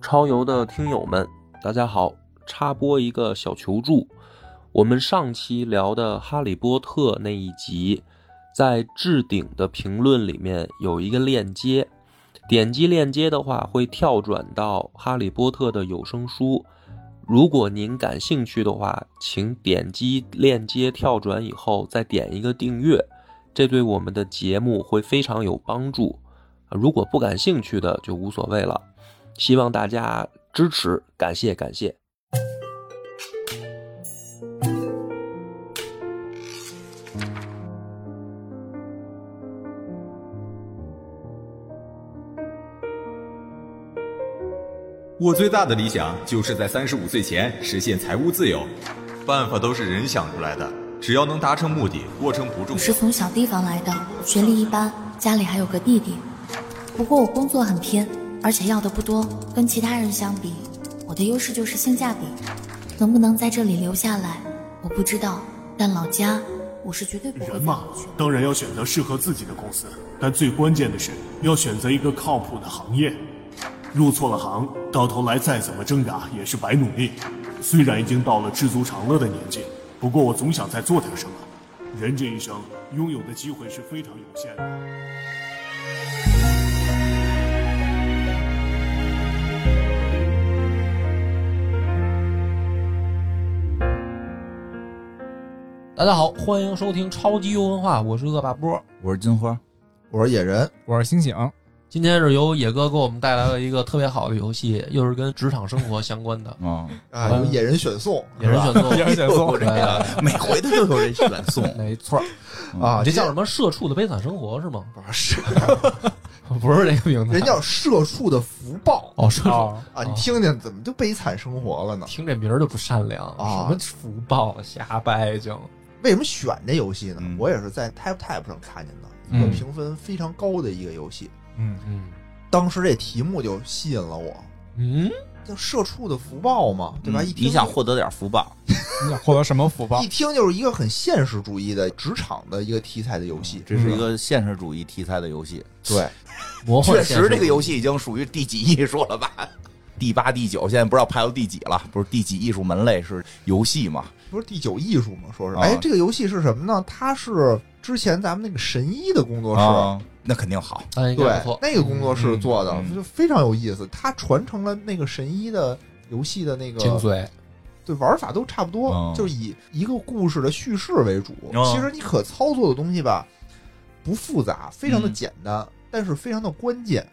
超游的听友们，大家好！插播一个小求助，我们上期聊的《哈利波特》那一集，在置顶的评论里面有一个链接，点击链接的话会跳转到《哈利波特》的有声书。如果您感兴趣的话，请点击链接跳转以后再点一个订阅，这对我们的节目会非常有帮助。啊如果不感兴趣的就无所谓了。希望大家支持，感谢感谢。我最大的理想就是在三十五岁前实现财务自由，办法都是人想出来的，只要能达成目的，过程不重我要是。从小地方来的，学历一般，家里还有个弟弟。不过我工作很拼，而且要的不多，跟其他人相比，我的优势就是性价比。能不能在这里留下来，我不知道，但老家我是绝对不会人放嘛弃的。，当然要选择适合自己的公司，但最关键的是要选择一个靠谱的行业。入错了行，到头来再怎么挣扎也是白努力。虽然已经到了知足常乐的年纪，不过我总想再做点什么。人这一生拥有的机会是非常有限的。大家好，欢迎收听超级优文化，我是恶霸波，我是金花，，我是野人，我是星星，今天是由野哥给我们带来了一个特别好的游戏，又是跟职场生活相关的啊、啊，嗯有野人选送，也是选吧择我也是选送 对啊每回他都有这选送没错儿，啊，这叫什么“社畜的悲惨生活”是吗？么？ 是，不是这个名字。 人叫社畜的福报哦，社畜、哦啊！你听听，怎么就悲惨生活了呢？听这名儿就不善良，啊什么福报瞎掰就。为什么选这游戏呢？嗯我也是在 Tap Tap 上看见的，一个嗯评分非常高的一个游戏。嗯，嗯当时这题目就吸引了我，嗯，叫社畜的福报嘛，对吧？一听嗯你想就获得点福报，你想获得什么福报一？听就是一个很现实主义的职场的一个题材的游戏，这是一个现实主义题材的游戏。对，魔幻确现实实，这个游戏已经属于第几艺术了吧？第八、第九，现在不知道排到第几了。不是第几艺术门类是游戏嘛？不是第九艺术嘛？说是，啊哎，这个游戏是什么呢？它是之前咱们那个神医的工作室。啊，那肯定好。哎应该对不错，。那个工作室做的、嗯嗯就非常有意思，它传承了那个神医的游戏的那个精髓，对玩法都差不多，哦就是以一个故事的叙事为主。哦其实你可操作的东西吧，不复杂，非常的嗯简单，但是非常的关键。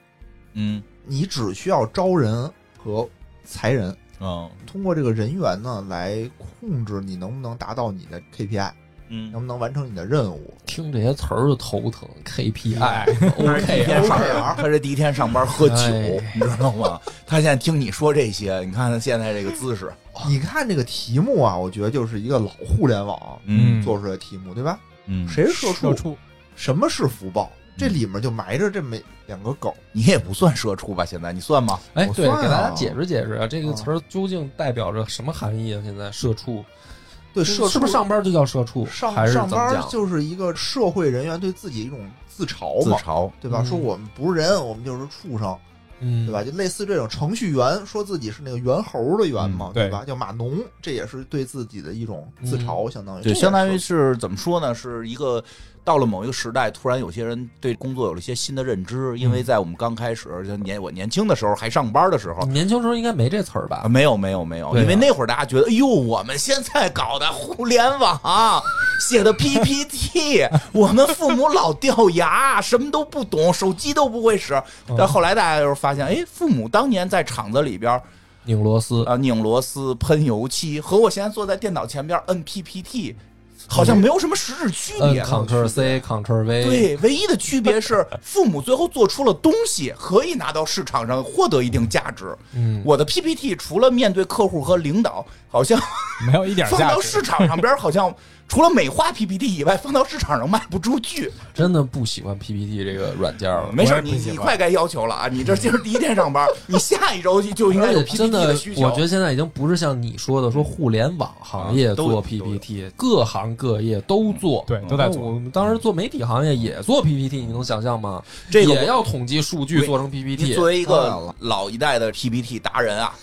嗯你只需要招人和裁人，嗯通过这个人员呢来控制你能不能达到你的 KPI，能嗯，不能完成你的任务。听这些词儿就头疼。KPI、第一 OK 天上 OKR 班，他这第一天上班喝酒哎，你知道吗？他现在听你说这些，你看他现在这个姿势，你看这个题目啊，我觉得就是一个老互联网嗯做出来的题目，对吧？嗯，谁是社畜嗯社？畜什么是福报？这里面就埋着这么两个梗。你也不算社畜吧？现在你算吗？哎，我对，算给大家啊解释解释啊，这个词儿究竟代表着什么含义啊？现在社畜对，就是社畜是不是上班就叫社畜？还上是怎上么班讲？就是一个社会人员对自己一种自嘲自嘛，嘲，对吧？嗯说我们不是人，我们就是畜生，嗯，对吧？？就类似这种程序员说自己是那个猿猴的猿嘛，嗯对嗯对吧？叫码农，这也是对自己的一种自嘲，相当于对，这也相当于是是怎么说呢？是一个到了某一个时代，突然有些人对工作有了一些新的认知。因为在我们刚开始，就年我年轻的时候还上班的时候你。年轻时候应该没这词儿吧啊，？没有没有没有，嗯对啊因为那会儿大家觉得，哎呦，我们现在搞的互联网写的 PPT，我们父母老掉牙，什么都不懂，手机都不会使。但后来大家就是发现，哎，父母当年在厂子里边儿拧螺丝，啊拧螺丝、喷油漆，和我现在坐在电脑前边儿摁 PPT，好像没有什么实质区摁别。啊 Ctrl C、Ctrl V，，对，唯一的区别是父母最后做出了东西，可以拿到市场上获得一定价值。嗯，我的 PPT 除了面对客户和领导，好像没有一点放价到值市。场上边，好像除了美化 PPT 以外，放到市场上卖不出去。真的不喜欢 PPT 这个软件了。没事我儿，也不你喜你欢快该要求了啊！你这今儿第一天上班，你下一周就应该有而且 PPT 真的需，求。我觉得现在已经不是像你说的说互联网行业啊都做有都有 PPT，各行各业都做，对都在那做我们当时做媒体行业也做 PPT，你能想象吗？这个我也要统计数据做成 PPT 您作。为一当然个了老一代的 PPT 达人啊，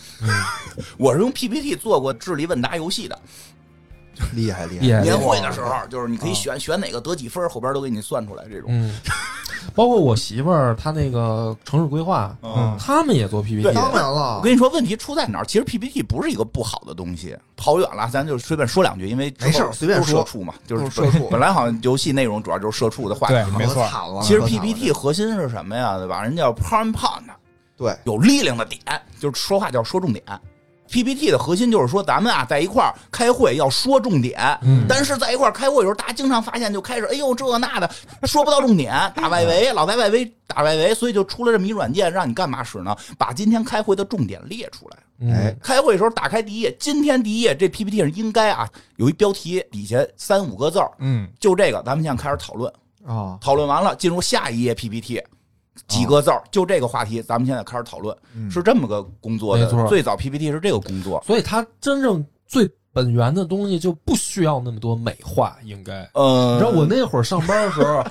我是用 PPT 做过智力问答游戏的。厉害厉害，也年会的时啊候，就是你可以选选哪个得几分儿，后边都给你算出来这种。嗯， 包括我媳妇儿她那个城市规划，嗯他们也做 PPT，对当然我了，跟你说，问题出在哪儿？其实 PPT 不是一个不好的东西。跑远了，咱就随便说两句，因为之后没事儿随便都是说社畜嘛，就是都是社畜 本来好像游戏内容主要就是社畜的话题对嘛。没错可惨了。其实可惨了 PPT 核心是什么呀？对吧？人家叫 prime point，对有力量的点，就是说话叫说重点。PPT 的核心就是说，咱们啊在一块儿开会要说重点，但是在一块儿开会的时候，大家经常发现就开始哎呦这那的，说不到重点，打外围，老在外围打外围，所以就出了这么一软件，让你干嘛使呢？把今天开会的重点列出来。哎，开会的时候打开第一页，今天第一页这 PPT 上应该啊有一标题，底下三五个字儿，嗯，就这个，咱们现在开始讨论。啊，讨论完了，进入下一页 PPT，几个哦字儿，就这个话题，咱们现在开始讨论，嗯是这么个工作没错的。最早 PPT 是这个工作，所以它真正最本源的东西就不需要那么多美化，应该。你呃知道，我那会儿上班的时 候，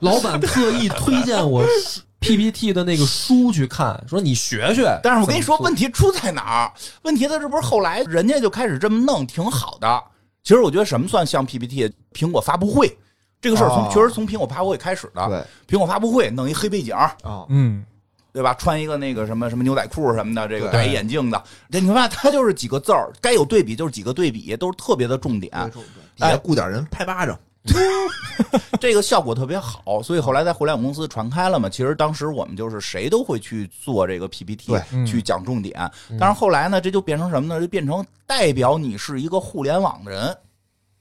老板特意推荐我书 PPT 的那个书去看，说你学学。但是我跟你说，问题题出在哪儿？问题它这不是后来人家就开始这么弄，挺好的。其实我觉得什么算像 PPT？苹果发布会这个事儿，从哦确实从苹果发布会开始的。对苹果发布会弄一黑背景，啊，嗯，对吧？穿一个那个什么什么牛仔裤什么的，这个对戴眼镜的，这你看它就是几个字儿，该有对比就是几个对比，都是特别的重点。对底下雇点人拍巴掌， 这个效果特别好，所以后来在互联网公司传开了嘛。其实当时我们就是谁都会去做这个 PPT，对嗯去讲重点。但是后来呢，这就变成什么呢？就变成代表你是一个互联网的人。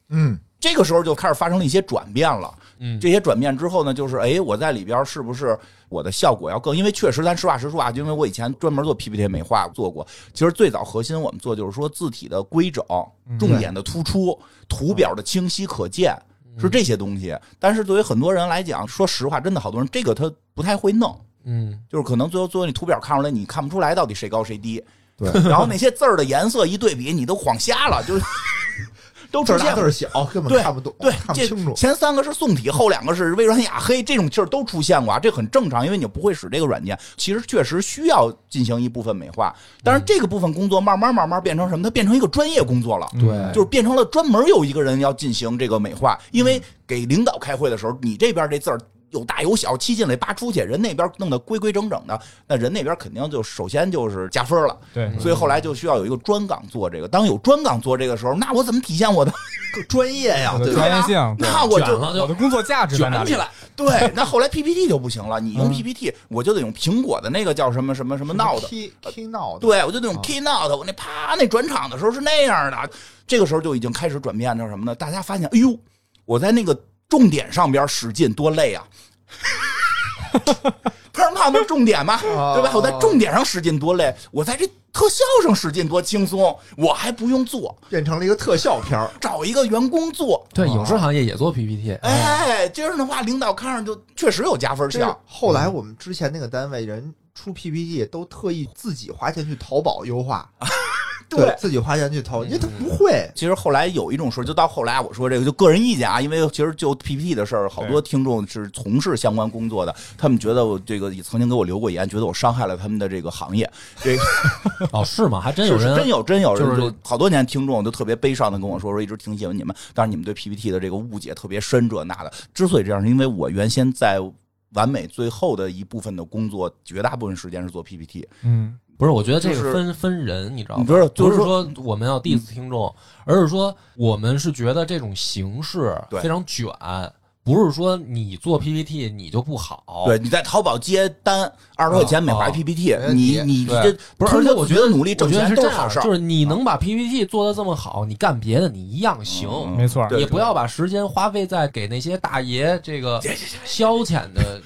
嗯，这个时候就开始发生了一些转变了。嗯这些转变之后呢，就是哎，我在里边是不是我的效果要更？因为确实，咱实话实说啊，因为我以前专门做 PPT 美化做过。其实最早核心我们做就是说字体的规整、嗯重点的突出、图表的清晰可见，是这些东西。但是对于很多人来讲，说实话，真的好多人这个他不太会弄。嗯，就是可能最后最后你图表看出来，你看不出来到底谁高谁低。对然后那些字儿的颜色一对比，你都晃瞎了， 就是都字出儿现大字了。儿小，根本对看不懂，对，看不这清楚。前三个是宋体，后两个是微软雅黑，这种气儿都出现过啊，这很正常，因为你不会使这个软件。其实确实需要进行一部分美化，但嗯是这个部分工作慢慢慢慢变成什么？它变成一个专业工作了。嗯哎嗯对，就是变成了专门有一个人要进行这个美化，因嗯为给领导开会的时候，你这边这字儿有大有小，七进来八出去，人那边弄得规规整整的，那人那边肯定就首先就是加分了。对，所以后来就需要有一个专岗做这个。当有专岗做这个时候，那我怎么体现 我的专业呀我的对专业吧？性，对那我卷就了我啊就的工作价值在哪卷里嗯起？来，对，那后来 PPT 就不行了，你用 PPT，我就得用苹果的那个叫什么什么什么闹的，呃 K K 闹的，对，我就那种啊 keynote，我那啪那转场的时候是那样的，这个时候就已经开始转变成什么呢？大家发现，哎呦，我在那个重点上边使劲多累啊！拍人怕不是重点吗？啊对吧？我在重点上使劲多累，我在这特效上使劲多轻松，我还不用做，变成了一个特效片儿。找一个员工做。对，影视行业也做 PPT，哎，这样的话，领导看上就确实有加分这是项。后来我们之前那个单位人出 PPT 都特意自己花钱去淘宝优化，啊对嗯自己花钱去淘，因为他不会。其实后来有一种事儿，就到后来我说这个就个人意见啊，因为其实就 PPT 的事儿，好多听众是从事相关工作的，他们觉得我这个也曾经给我留过言，觉得我伤害了他们的这个行业。这个哦，是吗？还真有是是人，真有真有人，就是就好多年听众就特别悲伤的跟我说，说一直挺喜欢你们，但是你们对 PPT 的这个误解特别深，这那的。之所以这样，是因为我原先在。完美最后的一部分的工作，绝大部分时间是做 PPT。嗯，不是，我觉得这就是个分分人，你知道吗？你不是就不是是说我们嗯要 diss 听众，而是说我们是觉得这种形式对嗯非常卷，不是说你做 PPT 你就不好。对，你在淘宝接单二十块钱每啊排 PPT，、没问你题你对这不是，通而且过我自觉己的得努力挣我觉得是钱都这是样好事儿。嗯就是你能把 PPT 做的这么好，你干别的你一样行。嗯没错儿，对也不要把时间花费在给那些大爷这个消遣 的，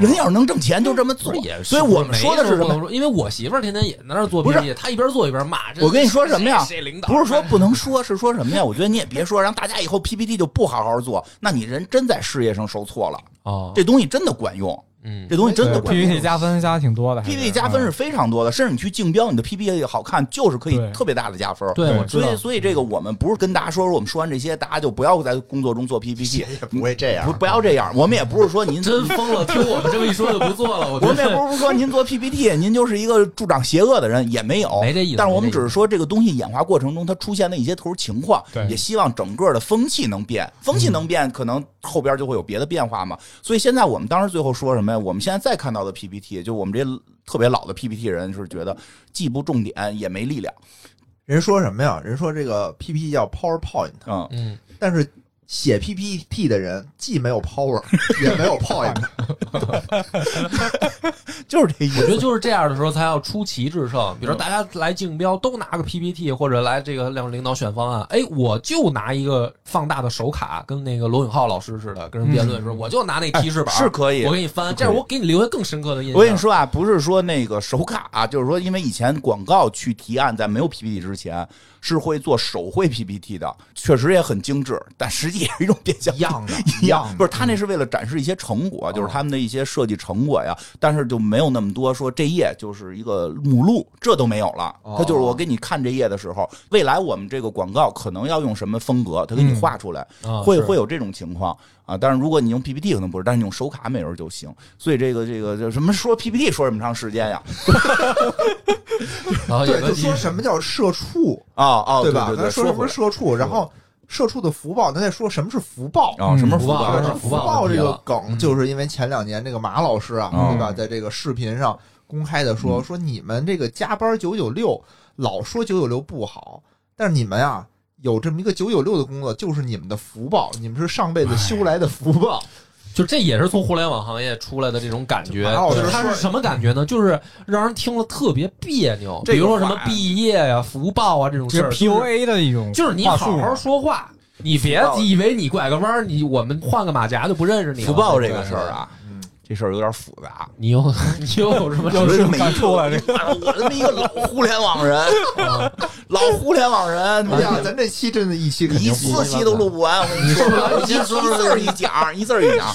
人要是能挣钱，就这么不做是也。是，所以我们没说的是不什么能？说因为我媳妇儿天天也在那儿做不是 PPT，她一边做一边骂。这我跟你说什么呀谁谁领？导不是说不能说，是说什么呀？我觉得你也别说，让大家以后 PPT 就不好好做，那你人真在事业上受挫了。哦，这东西真的管用，嗯，这东西真的对管用。 PPT 加分加的挺多的还 PPT 加分是非常多的，甚至你去竞标，你的 PPT 好看就是可以对特别大的加分。对对我知所道以，。所以这个我们不是跟大家说说，我们说完这些，大家就不要在工作中 做 PPT，不会这样不。不要这样。我们也不是说您真疯了，听我们这么一说就不做了。我我觉们也得不是说您做 PPT，您就是一个助长邪恶的人，也没有，没这意思但是我们没这意思只是说这个东西演化过程中它出现的一些特殊情况对，也希望整个的风气能变，风气嗯能变，可能后边就会有别的变化嘛。所以现在我们当时最后说什么呀？我们现在再看到的 PPT，就我们这些特别老的 PPT 人是觉得既不重点也没力量，人说什么呀？人说这个 PPT 叫 PowerPoint，嗯，嗯，但是写 PPT 的人既没有 power，也 没 有 point。就是这意我觉得思。就是这样的时候才要出奇制胜。比如说大家来竞标都拿个 PPT，或者来这个让领导选方案，哎，我就拿一个放大的手卡，跟那个罗永浩老师似的，跟人辩论嗯说，我就拿那提示板，哎是可以我给你翻，这样我给你留下更深刻的印象。我跟你，说啊，不是说那个手卡、啊，就是说，因为以前广告去提案，在没有 PPT 之前是会做手绘 PPT 的，确实也很精致，但实际也是一种变相一 样的一样。不是，他那是为了展示一些成果，就是他们的一些设计成果呀，但是就没有那么多说这页就是一个目录，这都没有了。他就是我给你看这页的时候，未来我们这个广告可能要用什么风格，他给你画出来，啊会是会有这种情况啊。但是如果你用 PPT 可能不是，但是你用手卡每人就行。所以这个这个叫什么说 PPT 说这么长时间呀？然后有对，个就说什么叫社畜，哦哦，对吧？对咱对，说什么说回是社畜，然后社畜的福报，咱再说什么是福报。来啊，什么嗯福报福报啊？福福报报问这题个了梗，就是因为前两年这个马老师啊，嗯对吧，在这个视频上公开的说说你们这个加班九九六，老说九九六不好，但是你们啊有这么一个九九六的工作，就是你们的福报，你们是上辈子修来的福报。就这也是从互联网行业出来的这种感觉马老，师就是它是说什么感觉呢？就是让人听了特别别扭，这比个如说什么话毕业呀、福报啊这种这事儿，是 PUA 的一种话术嘛，就是你好好说话，你别福报以为你拐个弯儿，你我们换个马甲就不认识你了。福报这个事儿对，啊，这事儿有点复杂。你又 你又有什么又事是儿没出来这个，我他妈一个老互联网人，老互联网人，哎呀，咱这期真的一期肯一定次戏都录不完，我跟你说，一字儿一讲，一字儿一讲。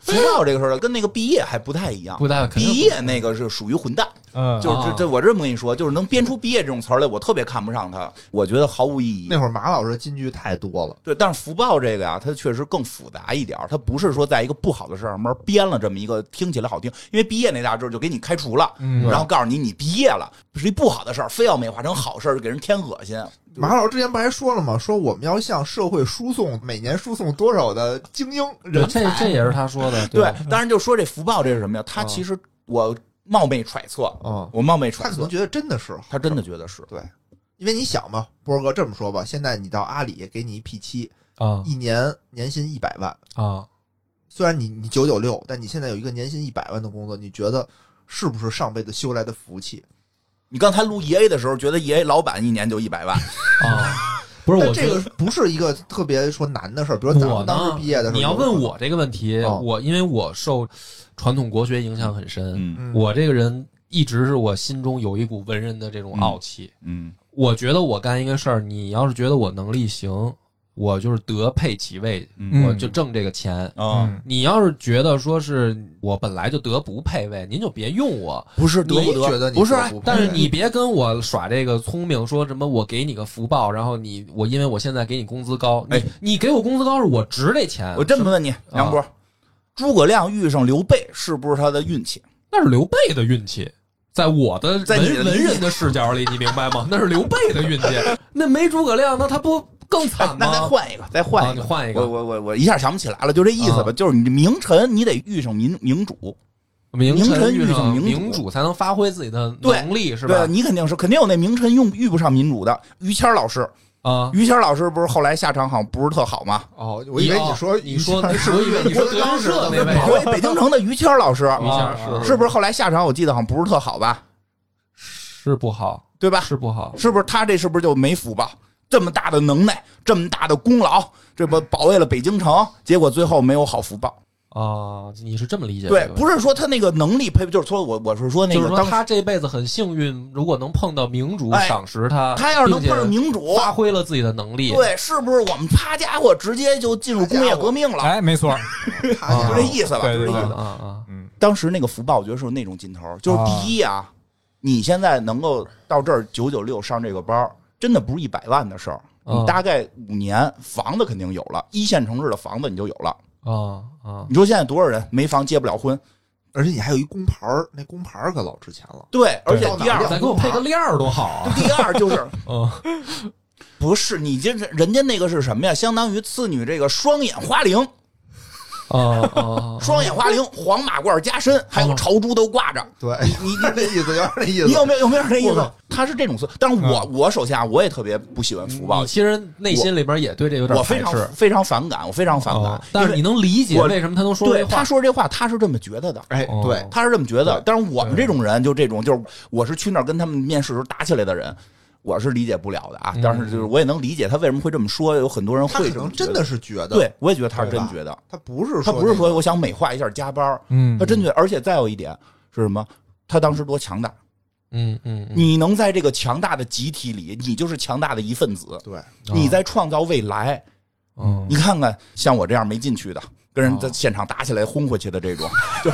福报这个事儿跟那个毕业还不太一样，不太可能毕业那个是属于混蛋，嗯，就是这啊这我这么跟你说，就是能编出毕业这种词儿来，我特别看不上他，我觉得毫无意义那。会儿马老师金句太多了，对，但是福报这个呀、它确实更复杂一点儿，它不是说在一个不好的事儿上面编了这么一个听起来好听，因为毕业那大志就给你开除了，嗯然后告诉你你毕业了，是一不好的事儿，非要美化成好事儿，就给人添恶心。马老师之前不还说了吗？说我们要向社会输送每年输送多少的精英人对这这也是他说的，对嗯吧，当然就说这福报这是什么呀？他其实我冒昧揣测，啊？我冒昧他揣可能测，觉得真的是，他真的觉得是对，因为你想吧，波儿哥这么说吧，现在你到阿里给你一 P 七，嗯啊一年年薪一百万，啊，虽然你你九九六，但你现在有一个年薪一百万的工作，你觉得是不是上辈子修来的福 气？你刚才录 E A 的时候，觉得 E A 老板一年就一百万，啊，不是但我这觉个得。不是一个特别说难的事儿，比如咱我们当呢时毕业的时候，你要问，我这个问题，哦我因为我受传统国学影响很深，嗯嗯我这个人一直是我心中有一股文人的这种傲气。嗯，我觉得我干一个事儿，你要是觉得我能力行，我就是德配其位，嗯我就挣这个钱。啊，嗯你要是觉得说是我本来就德不配位，您就别用我。不是得不你觉得？得你不是说，不但是配你别跟我耍这个聪明，说什么我给你个福报，然后你我因为我现在给你工资高，你、哎你给我工资高是我值这钱，我这么问你，梁博，诸葛亮遇上刘备是不是他的运气？那是刘备的运气。在我的在你的文理文解人的视角里，你明白吗？那是刘备的运气，那没诸葛亮，那他不更惨吗？啊 那再换一个，再换啊一你个，换一个我我我我一下想不起来了，就这意思吧。啊就是你明臣，你得遇上明明主，明臣遇遇上上明主明主才能发挥自己的对能力，是对吧？你肯定是肯定有那明臣用遇不上民主的。于谦老师啊，于谦老师不是后来下场好像不是特好吗？哦，我以为你说你说于谦你是说不是因为你说郭德纲德纲似的是那位跑因为北京城的于谦老师于谦啊是是不是后来下场我记得好像不是特好吧？是不好，对吧？是不好，是不是他这是不是就没福报？这么大的能耐，这么大的功劳，这不保卫了北京城，结果最后没有好福报。啊，你是这么理解？对，不是说他那个能力配，就是说我我是说那就是说个当时他这辈子很幸运，如果能碰到明主哎赏识他，他要是能啊并且碰上明主，发挥了自己的能力，啊对，是不是我们啪家伙直接就进入工业革命了？哎，没错，他就这意思吧，对就对这意对思。啊啊，当时那个福报，我觉得是有那种劲头儿，就是第一啊，你现在能够到这儿九九六上这个班儿，真的不是一百万的事儿。嗯你大概五年，房子肯定有了，一线城市的房子你就有了。啊啊！你说现在多少人没房结不了婚？而且你还有一工牌儿，那工牌儿可老值钱了。对，而且到哪第二儿，再给我配个链儿多好 啊！第二就是嗯，不是你这人家那个是什么呀？相当于次女这个双眼花翎， 啊啊！双眼花翎，黄马褂加身，还哦有朝珠都挂着。 对，你你那意思有点那意思。你有没有有没有这意我思靠？他是这种思，但是我、我手下我也特别不喜欢福嗯报你，其实内心里边也对这有点我排非常斥，非常反感，我非常反感。啊但是你能理解我为什么他能说对这他话？说这话，他是这么觉得的。哎，哦对，他是这么觉得，但是我们这种人就这种，就是我是去那儿跟他们面试时候打起来的人，我是理解不了的啊。嗯但是就是我也能理解他为什么会这么说，有很多人他会可这么能觉真得的是觉得，对，我也觉得他是对真吧觉得，他不是说他不是那个说我想美化一下加班儿，嗯，他真觉得，而且再有一点是什么？他当时多强大，嗯嗯，嗯你能在这个强大的集体里，你就是强大的一份子，对，你在创造未来。嗯你看看，像我这样没进去的，跟人在啊现场打起来轰回去的 这种，就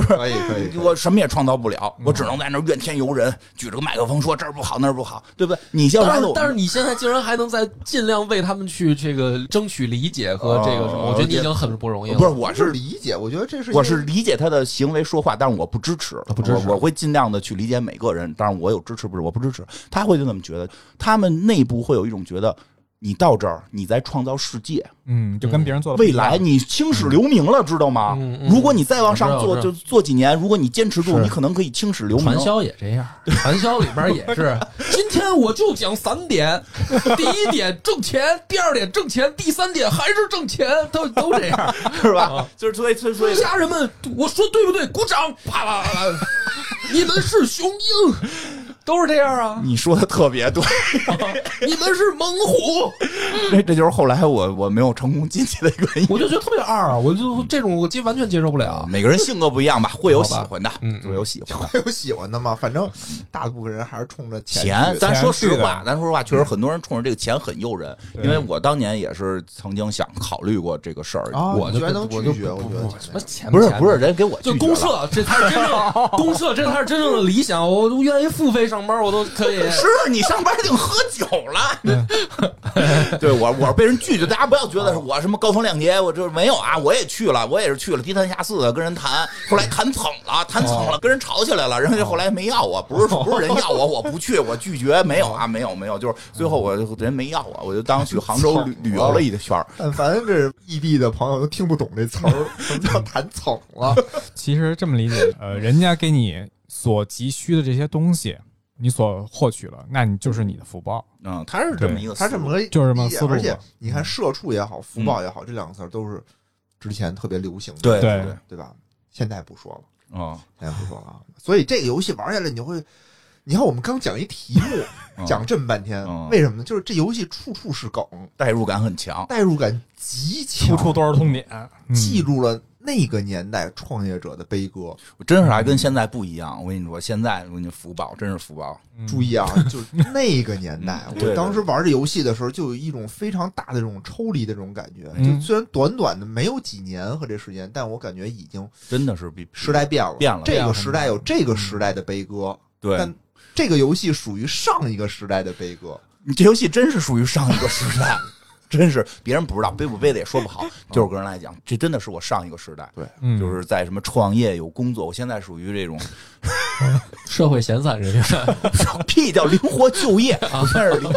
是对吧？可以 可以就是。我什么也创造不了，嗯我只能在那儿怨天尤人，举着个麦克风说这儿不好那儿不好，对不对？你像但来是了我但是们，你现在竟然还能在尽量为他们去这个争取理解和这个什么，哦我觉得你这已经很不容易了。不是，我我是是理解，我觉得这是我因为是理解他的行为说话，但是我不支持，啊不支持我我会尽量的去理解每个人，但是我有支持不是，我不支持，他会就那么觉得，他们内部会有一种觉得，你到这儿你在创造世界，嗯，就跟别人做的不未一样来你青史留名了，知道吗嗯？嗯如果你再往我上知道我做，知道就做几年，如果你坚持住，是你可能可以青史留名传。销也这 样，传销里边也是。今天我就讲三点：第一点挣钱，第二点挣钱，第三点还是挣钱，都都这样，是吧？就是所以，所以，所以，家人们，我说对不对？鼓掌！啪啦啦 啦，你们是雄鹰，都是这样啊！你说的特别 对，你们是猛虎，这这就是后来我我没有成功进去的原因。啊我就觉得特别二啊！我就这种我接完全接受不了。每个人性格不一样吧，会有喜好吧嗯欢的，会有喜欢的。还有喜欢的嘛，反正大部分人还是冲着钱去，的咱说钱实去的话，咱说实话，确实很多人冲着这个钱很诱人。因为我当年也是曾经想考虑过这个事儿，啊，我就你觉得能不拒绝，我觉得什么钱不是钱不是人给我就拒绝公了社，这才是真 正公社，这才是真正的理想。我都愿意付费上班，我都 可以。 是你上班已经喝酒了， 对我我是被人拒绝，大家不要觉得是我什么高风亮节，我这没有啊，我也去了，我也是去了低三下四的跟人谈，后来谈捧了，谈捧了，跟人吵起来了，然后就后来没要我，不是不是人要我，我不去，我拒绝，没有啊，没有没有，就是最后我人没要我，我就当去杭州旅旅游了一圈儿，但凡这异地的朋友都听不懂这 词儿，什么叫谈蹭了？其实这么理解，呃，人家给你所急需的这些东西，你所获取了，那你就是你的福报。嗯， 他是这么一个思他路，这么个就是这么理解思路啊嗯而且吧你看，社畜也好，福报也好，这两个词儿都是之前特别流行的，对对对，对吧？现在不说了，嗯，现在不说了啊。所以这个游戏玩下来，你就会，你看我们刚讲一题目， 嗯讲这么半天嗯，为什么呢？就是这游戏处处是梗，代入感很强，代入感极强突，出多少痛点？嗯记录了那个年代创业者的悲歌。我真是还跟现在不一样，我跟你说，现在我跟你福报真是福报，注 意啊，就是那个年代，嗯嗯对我对当时玩这游戏的时候，就有一种非常大的这种抽离的这种感觉。嗯就虽然短短的没有几年和这时间，但我感觉已经真的是比时代变了，变了嗯这个时代有这个时代的悲歌，对。但这个游戏属于上一个时代的悲歌。你这游戏真是属于上一个时代， 真是别人不知道背不背的也说 不好。就是个人来讲，这真的是我上一个时代，对，嗯就是在什么创业有工作，我现在属于这种 社会闲散人员。屁叫灵活就业，我现在是灵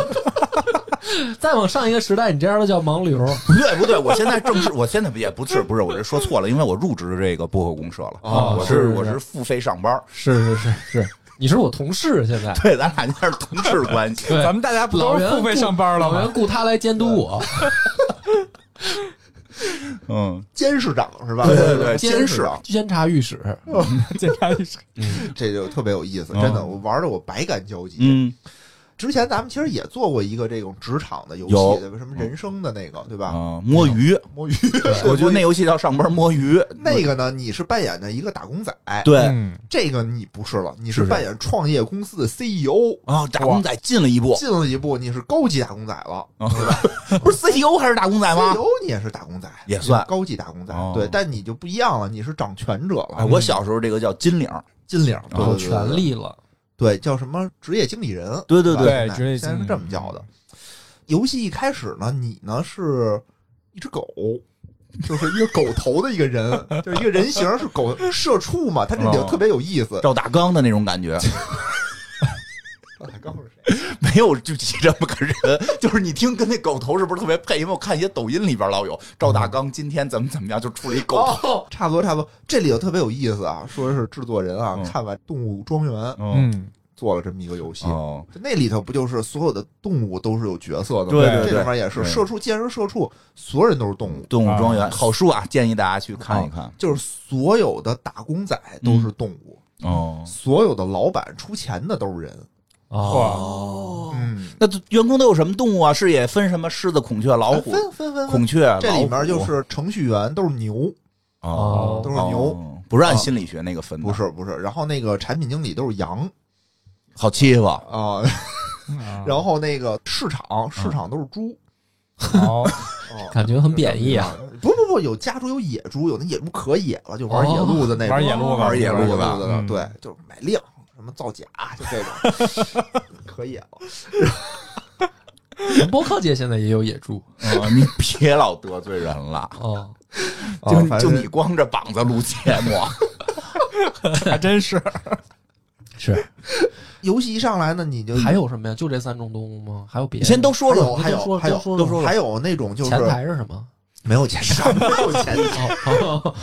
再往上一个时代，你这样的叫盲流。不对不对，我现在正式，我现在也不是不是，我这说错了，因为我入职这个薄荷公社了，哦我是是我是是付费上班，是是是是，你是我同事，现在对，咱俩就是同事关系。对咱们大家不老都是袁付费雇上班了老袁 吗？雇他来监督我，嗯，监事长是吧？对 对监监视视啊、监察御史，检查一下，这就特别有意思，嗯真的，我玩的我百感交集。嗯，之前咱们其实也做过一个这种职场的游有戏，对吧？什么人生的那个，对吧？啊，摸鱼，摸鱼，我觉得那游戏叫上班摸鱼。那个呢，你是扮演的一个打工仔，对嗯，这个你不是了，你是扮演创业公司的 CEO，啊，打工仔进了一步，进了一步，你是高级打工仔了。不是 CEO 还是打工仔吗 CEO？你也是打工仔，也算高级打工仔哦，对，但你就不一样了，你是掌权者哎，了，我小时候这个叫金领，金领，对有对对权利了。对，叫什么职业经理人，对对吧对现在对职业现在经是理这么叫的。游戏一开始呢，你呢是一只狗，就是一个狗头的一个人， 就是一个人形是狗社畜嘛，它这里头哦特别有意思。赵大刚的那种感 觉，刚是谁？没有具体这么个人， 就是你听跟那狗头是不是特别配？因为我看一些抖音里边老有赵大刚今天怎么怎么样，就出了一狗头。哦，差不多差不多，这里头特别有意思啊，说是制作人啊，嗯看完《动物庄园》嗯嗯，做了这么一个游戏。哦，那里头不就是所有的动物都是有角色的吗？对对对嗯这里面也是对社畜，既然是社畜，所有人都是动物，动物庄啊园好书啊，哦建议大家去看一看。就是所有的打工仔都是动物，哦，所有的老板出钱的都是人。哦哇，嗯，那这员工都有什么动物啊？是也分什么狮子、孔雀、老虎、分分分孔分，雀、这里老面虎嗯就是程序员都是牛，哦，啊都是牛，哦，不是按心理学那个分的，不是不是。然后那个产品经理都是羊好欺负。啊， 然后那个市场市场都是猪。后哦感觉很贬义啊！不不不，有家猪有野猪，有那野猪可野了，就玩野哦路子那种，玩野路子玩野路子玩野路子嗯对，就是买量什么造假，就这种，可野了。我们播客界现在也有野猪哦嗯 你别老得罪 人了，啊，啊就反就正你光着膀子录节 目，还真是是游戏一上来呢，你就还有什么呀？就这三种动物吗？还有别的？先都说还说有还都说有还有都说还有说还有那种就是前台是什么？没有钱啥没有钱，哦，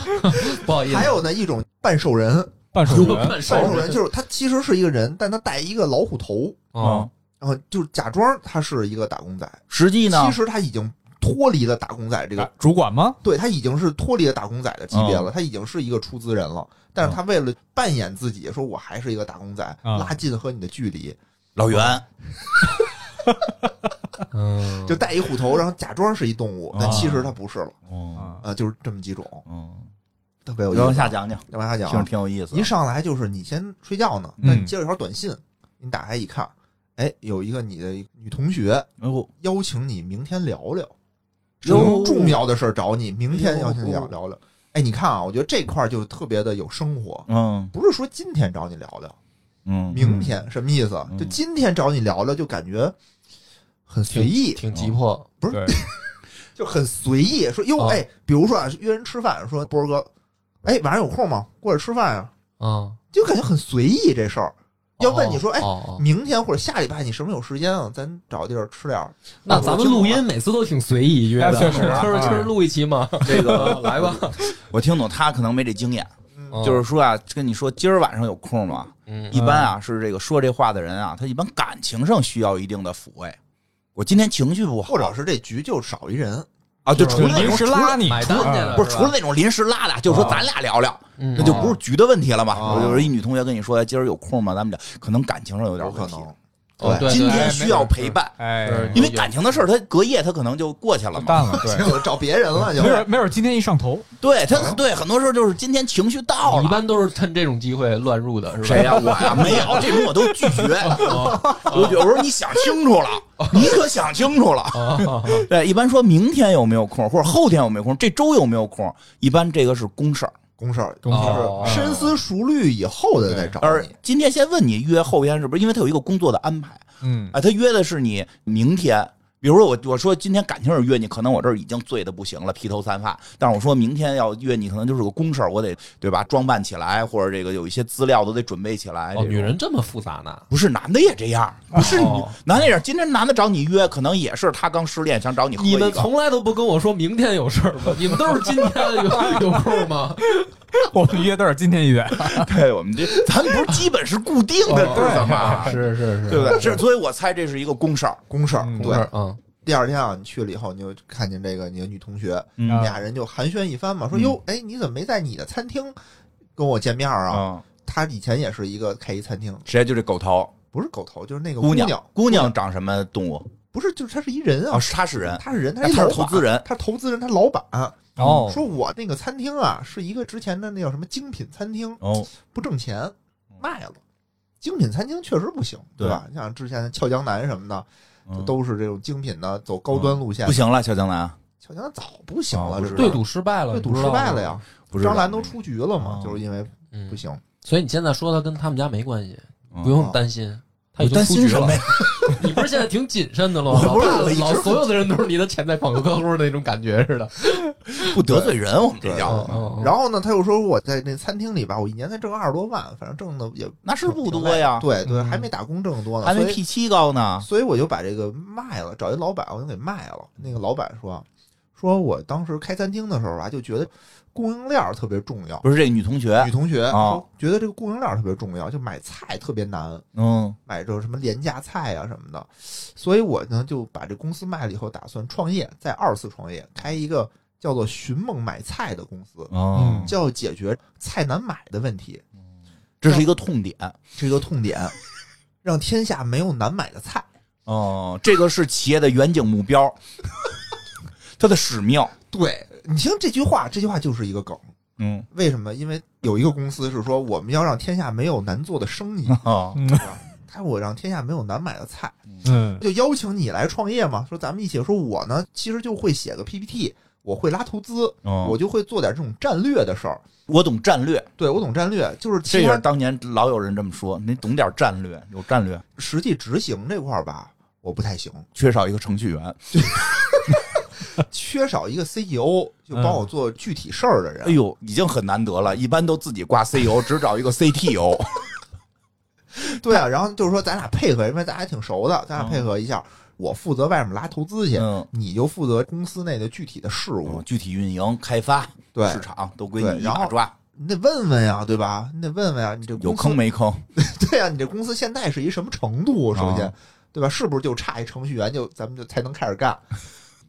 不好意思，还有那一种半兽人，半手有人，半兽人就是他其实是一个人，但他戴一个老虎头，嗯啊，然后就是假装他是一个打工仔，实际呢其，实他已经脱离了打工仔这个啊主管吗？对他已经是脱离了打工仔的级别哦了，他已经是一个出资人了。但是他为了扮演自己，说我还是一个打工仔，哦嗯拉近和你的距离，老袁哦嗯，就戴一虎头，然后假装是一动物，但啊其实他不是了。哦，呃，就是这么几种，嗯，特别有意然后往思。下讲讲，再往下讲听着啊，挺有意思一。上来就是你先睡觉呢，嗯那你接到一条短信，你打开一看，哎，有一个你的女同学哎呦，邀请你明天聊聊，什哟哦么重要的事儿找你，明天邀请你聊哟聊聊。哎，你看啊，我觉得这块儿就特别的有生活，嗯不是说今天找你聊聊。嗯，明天什么意思？嗯就今天找你聊聊，就感觉很随意，挺急迫，对，就很随意。说哟，啊哎，比如说啊，约人吃饭，说波儿哥，哎，晚上有空吗？过来吃饭啊，嗯，就感觉很随意这事儿。要问你说，哎，哦哦明天或者下礼拜你什么时候有时间啊？咱找地儿吃点儿。那咱们录音每次都挺随意约的，哎确实啊就是就是录一期嘛，这个来吧，我听懂，他可能没这经验，嗯就是说啊，跟你说今儿晚上有空吗？嗯一般啊是这个说这话的人啊，他一般感情上需要一定的抚慰。我今天情绪不好，或者是这局就少一 人，啊，就除了那临种时拉你，啊买单去了，不是是啊嗯除了那种临时拉的，就是说咱俩聊聊，那那就不是局的问题了嘛。哦我啊就是一女同学跟你说，哎今儿有空吗？咱们聊，可能感情上有有点可问题。能。哦对今哎天没需要准儿陪伴，哎，是因为感情的事儿，他隔夜他可能就过去了嘛。淡了， 对，就找别人了，就没准没准今天一上头，对他，对很多时候就是今天情绪到啊一了。般都是趁这种机会乱入的，是吧？谁呀、我 呀、没有这种我都拒绝。啊我有时候你想清楚了，你可想清楚啊了。对，一般说明天有没有空，或者后天有没有空，这周有没有空，一般这个是公事儿。公事儿，公事儿就是深思熟虑以后的再找而你。今天先问你约后天是不是？因为他有一个工作的安排 嗯，啊，他约的是你明天。比如说我我说今天感情上约你，可能我这儿已经醉的不行了，披头散发。但是我说明天要约你，可能就是个公事儿，我得对吧？装扮起来，或者这个有一些资料都得准备起来。哦，这种女人这么复杂呢？不是男的也这样，不是你、哦男的也是。今天男的找你约，可能也是他刚失恋，想找你喝一你个。 们从来都不跟我说明天有事儿吗？你们都是今天有有空吗？我们约多少今天一约， 对我们这，咱们不是基本是固定的日子哦吗？是是是，对不对？这所以我猜这是一个公事儿。公事儿。嗯对，嗯，第二天啊，你去了以后，你就看见这个你的女同学， 嗯俩人就寒暄一番嘛，说哟，哎，你怎么没在你的餐厅跟我见面儿啊？啊，她以前也是一个开一餐厅，谁就这狗头不是狗头，就是那个姑娘，娘，姑娘长什么动物？不是，就是她是一人啊啊，，她是人，她是人，她她一是老板投资人她是投资人，她老板。哦说我那个餐厅啊，是一个之前的那叫什么精品餐厅，哦，不挣钱，嗯卖了。精品餐厅确实不行，对吧？你像之前的俏江南什么的，就嗯都是这种精品的，走高端路线。不，行了，小江南啊俏江南早不行了，哦不这知是对赌失败了，对你赌知失道吗败了。呀，不是张兰都出局了嘛哦，就是因为嗯不，行。所以你现在说他跟他们家没关系，嗯不用担心。他已经担出心局什了么呀？ 你不是现在挺谨慎的喽？我老不是大我一直老所有的人都是你的潜在广告客户的那种感觉似的。不得罪人，我们这叫嗯嗯嗯然后呢，他又说我在那餐厅里吧，我一年才挣二十多万，反正挣的也那是不多呀对对，嗯还没打工挣得多呢，还没啊所以 P 七高呢。所以我就把这个卖了，找一老板，我就给卖了。那个老板说，说我当时开餐厅的时候吧，就觉得供应链儿特别重要。不是这女同学女，同学啊说觉得这个供应链儿特别重要，就买菜特别难，嗯，买这种什么廉价菜啊什么的。所以我呢就把这公司卖了以后，打算创业，再二次创业，开一个叫做“寻梦买菜”的公司，嗯哦，就要解决菜难买的问题，这是一个痛点。这个痛点，让天下没有难买的菜。哦，这个是企业的远景目标， 它的使命。对你听这句话，这句话就是一个梗。嗯为什么？因为有一个公司是说我们要让天下没有难做的生意，啊，他说我让天下没有难买的菜，嗯就邀请你来创业嘛。说咱们一起，说我呢其实就会写个 PPT，我会拉投资，哦我就会做点这种战略的事儿。我懂战略，对我懂战略，就是这其也是实当年老有人这么说，你懂点战略，有战略，实际执行这块儿吧，我不太行， 缺少一个程序员。缺少一个 CEO 就帮我做具体事儿的人。嗯哎呦，已经很难得了，一般都自己挂 CEO，只找一个 E CTO。对啊，然后就是说咱俩配合，因为咱俩挺熟的，咱俩配合一下，我负责外面拉投资去，嗯哦你就负责公司内的具体的事务。具体运营、开发、对市场都归对你一然把后抓，你得问问呀，对吧？你得问问呀，你这有公司坑没坑？ 对啊呀、你这公司现在是一什么程度？首先，啊对吧？是不是就差一程序员就咱们就才能开始干？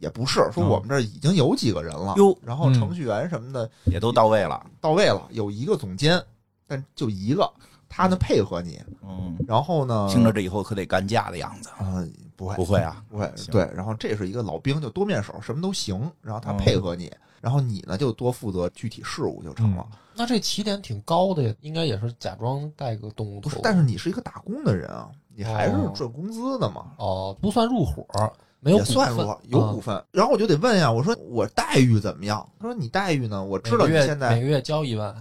也不是，说啊我们这儿已经有几个人了，哟然后嗯程序员什么的也都到位了。到位了，有一个总监，但就一个，他呢配合你，嗯，然后呢，听着这以后可得干架的样子，啊、不会不会啊？不会行对，然后这是一个老兵，就多面手，什么都行，然后他嗯配合你，然后你呢就多负责具体事务就成了。嗯那这起点挺高的呀，应该也是假装带个动物不是头，，但是你是一个打工的人啊，你还是哦赚工资的嘛，哦，不算入伙，没有也算入伙有股份啊嗯份。然后我就得问呀，我说我待遇怎么样？他说你待遇呢？我嗯知每道你个月现每在个月交一万，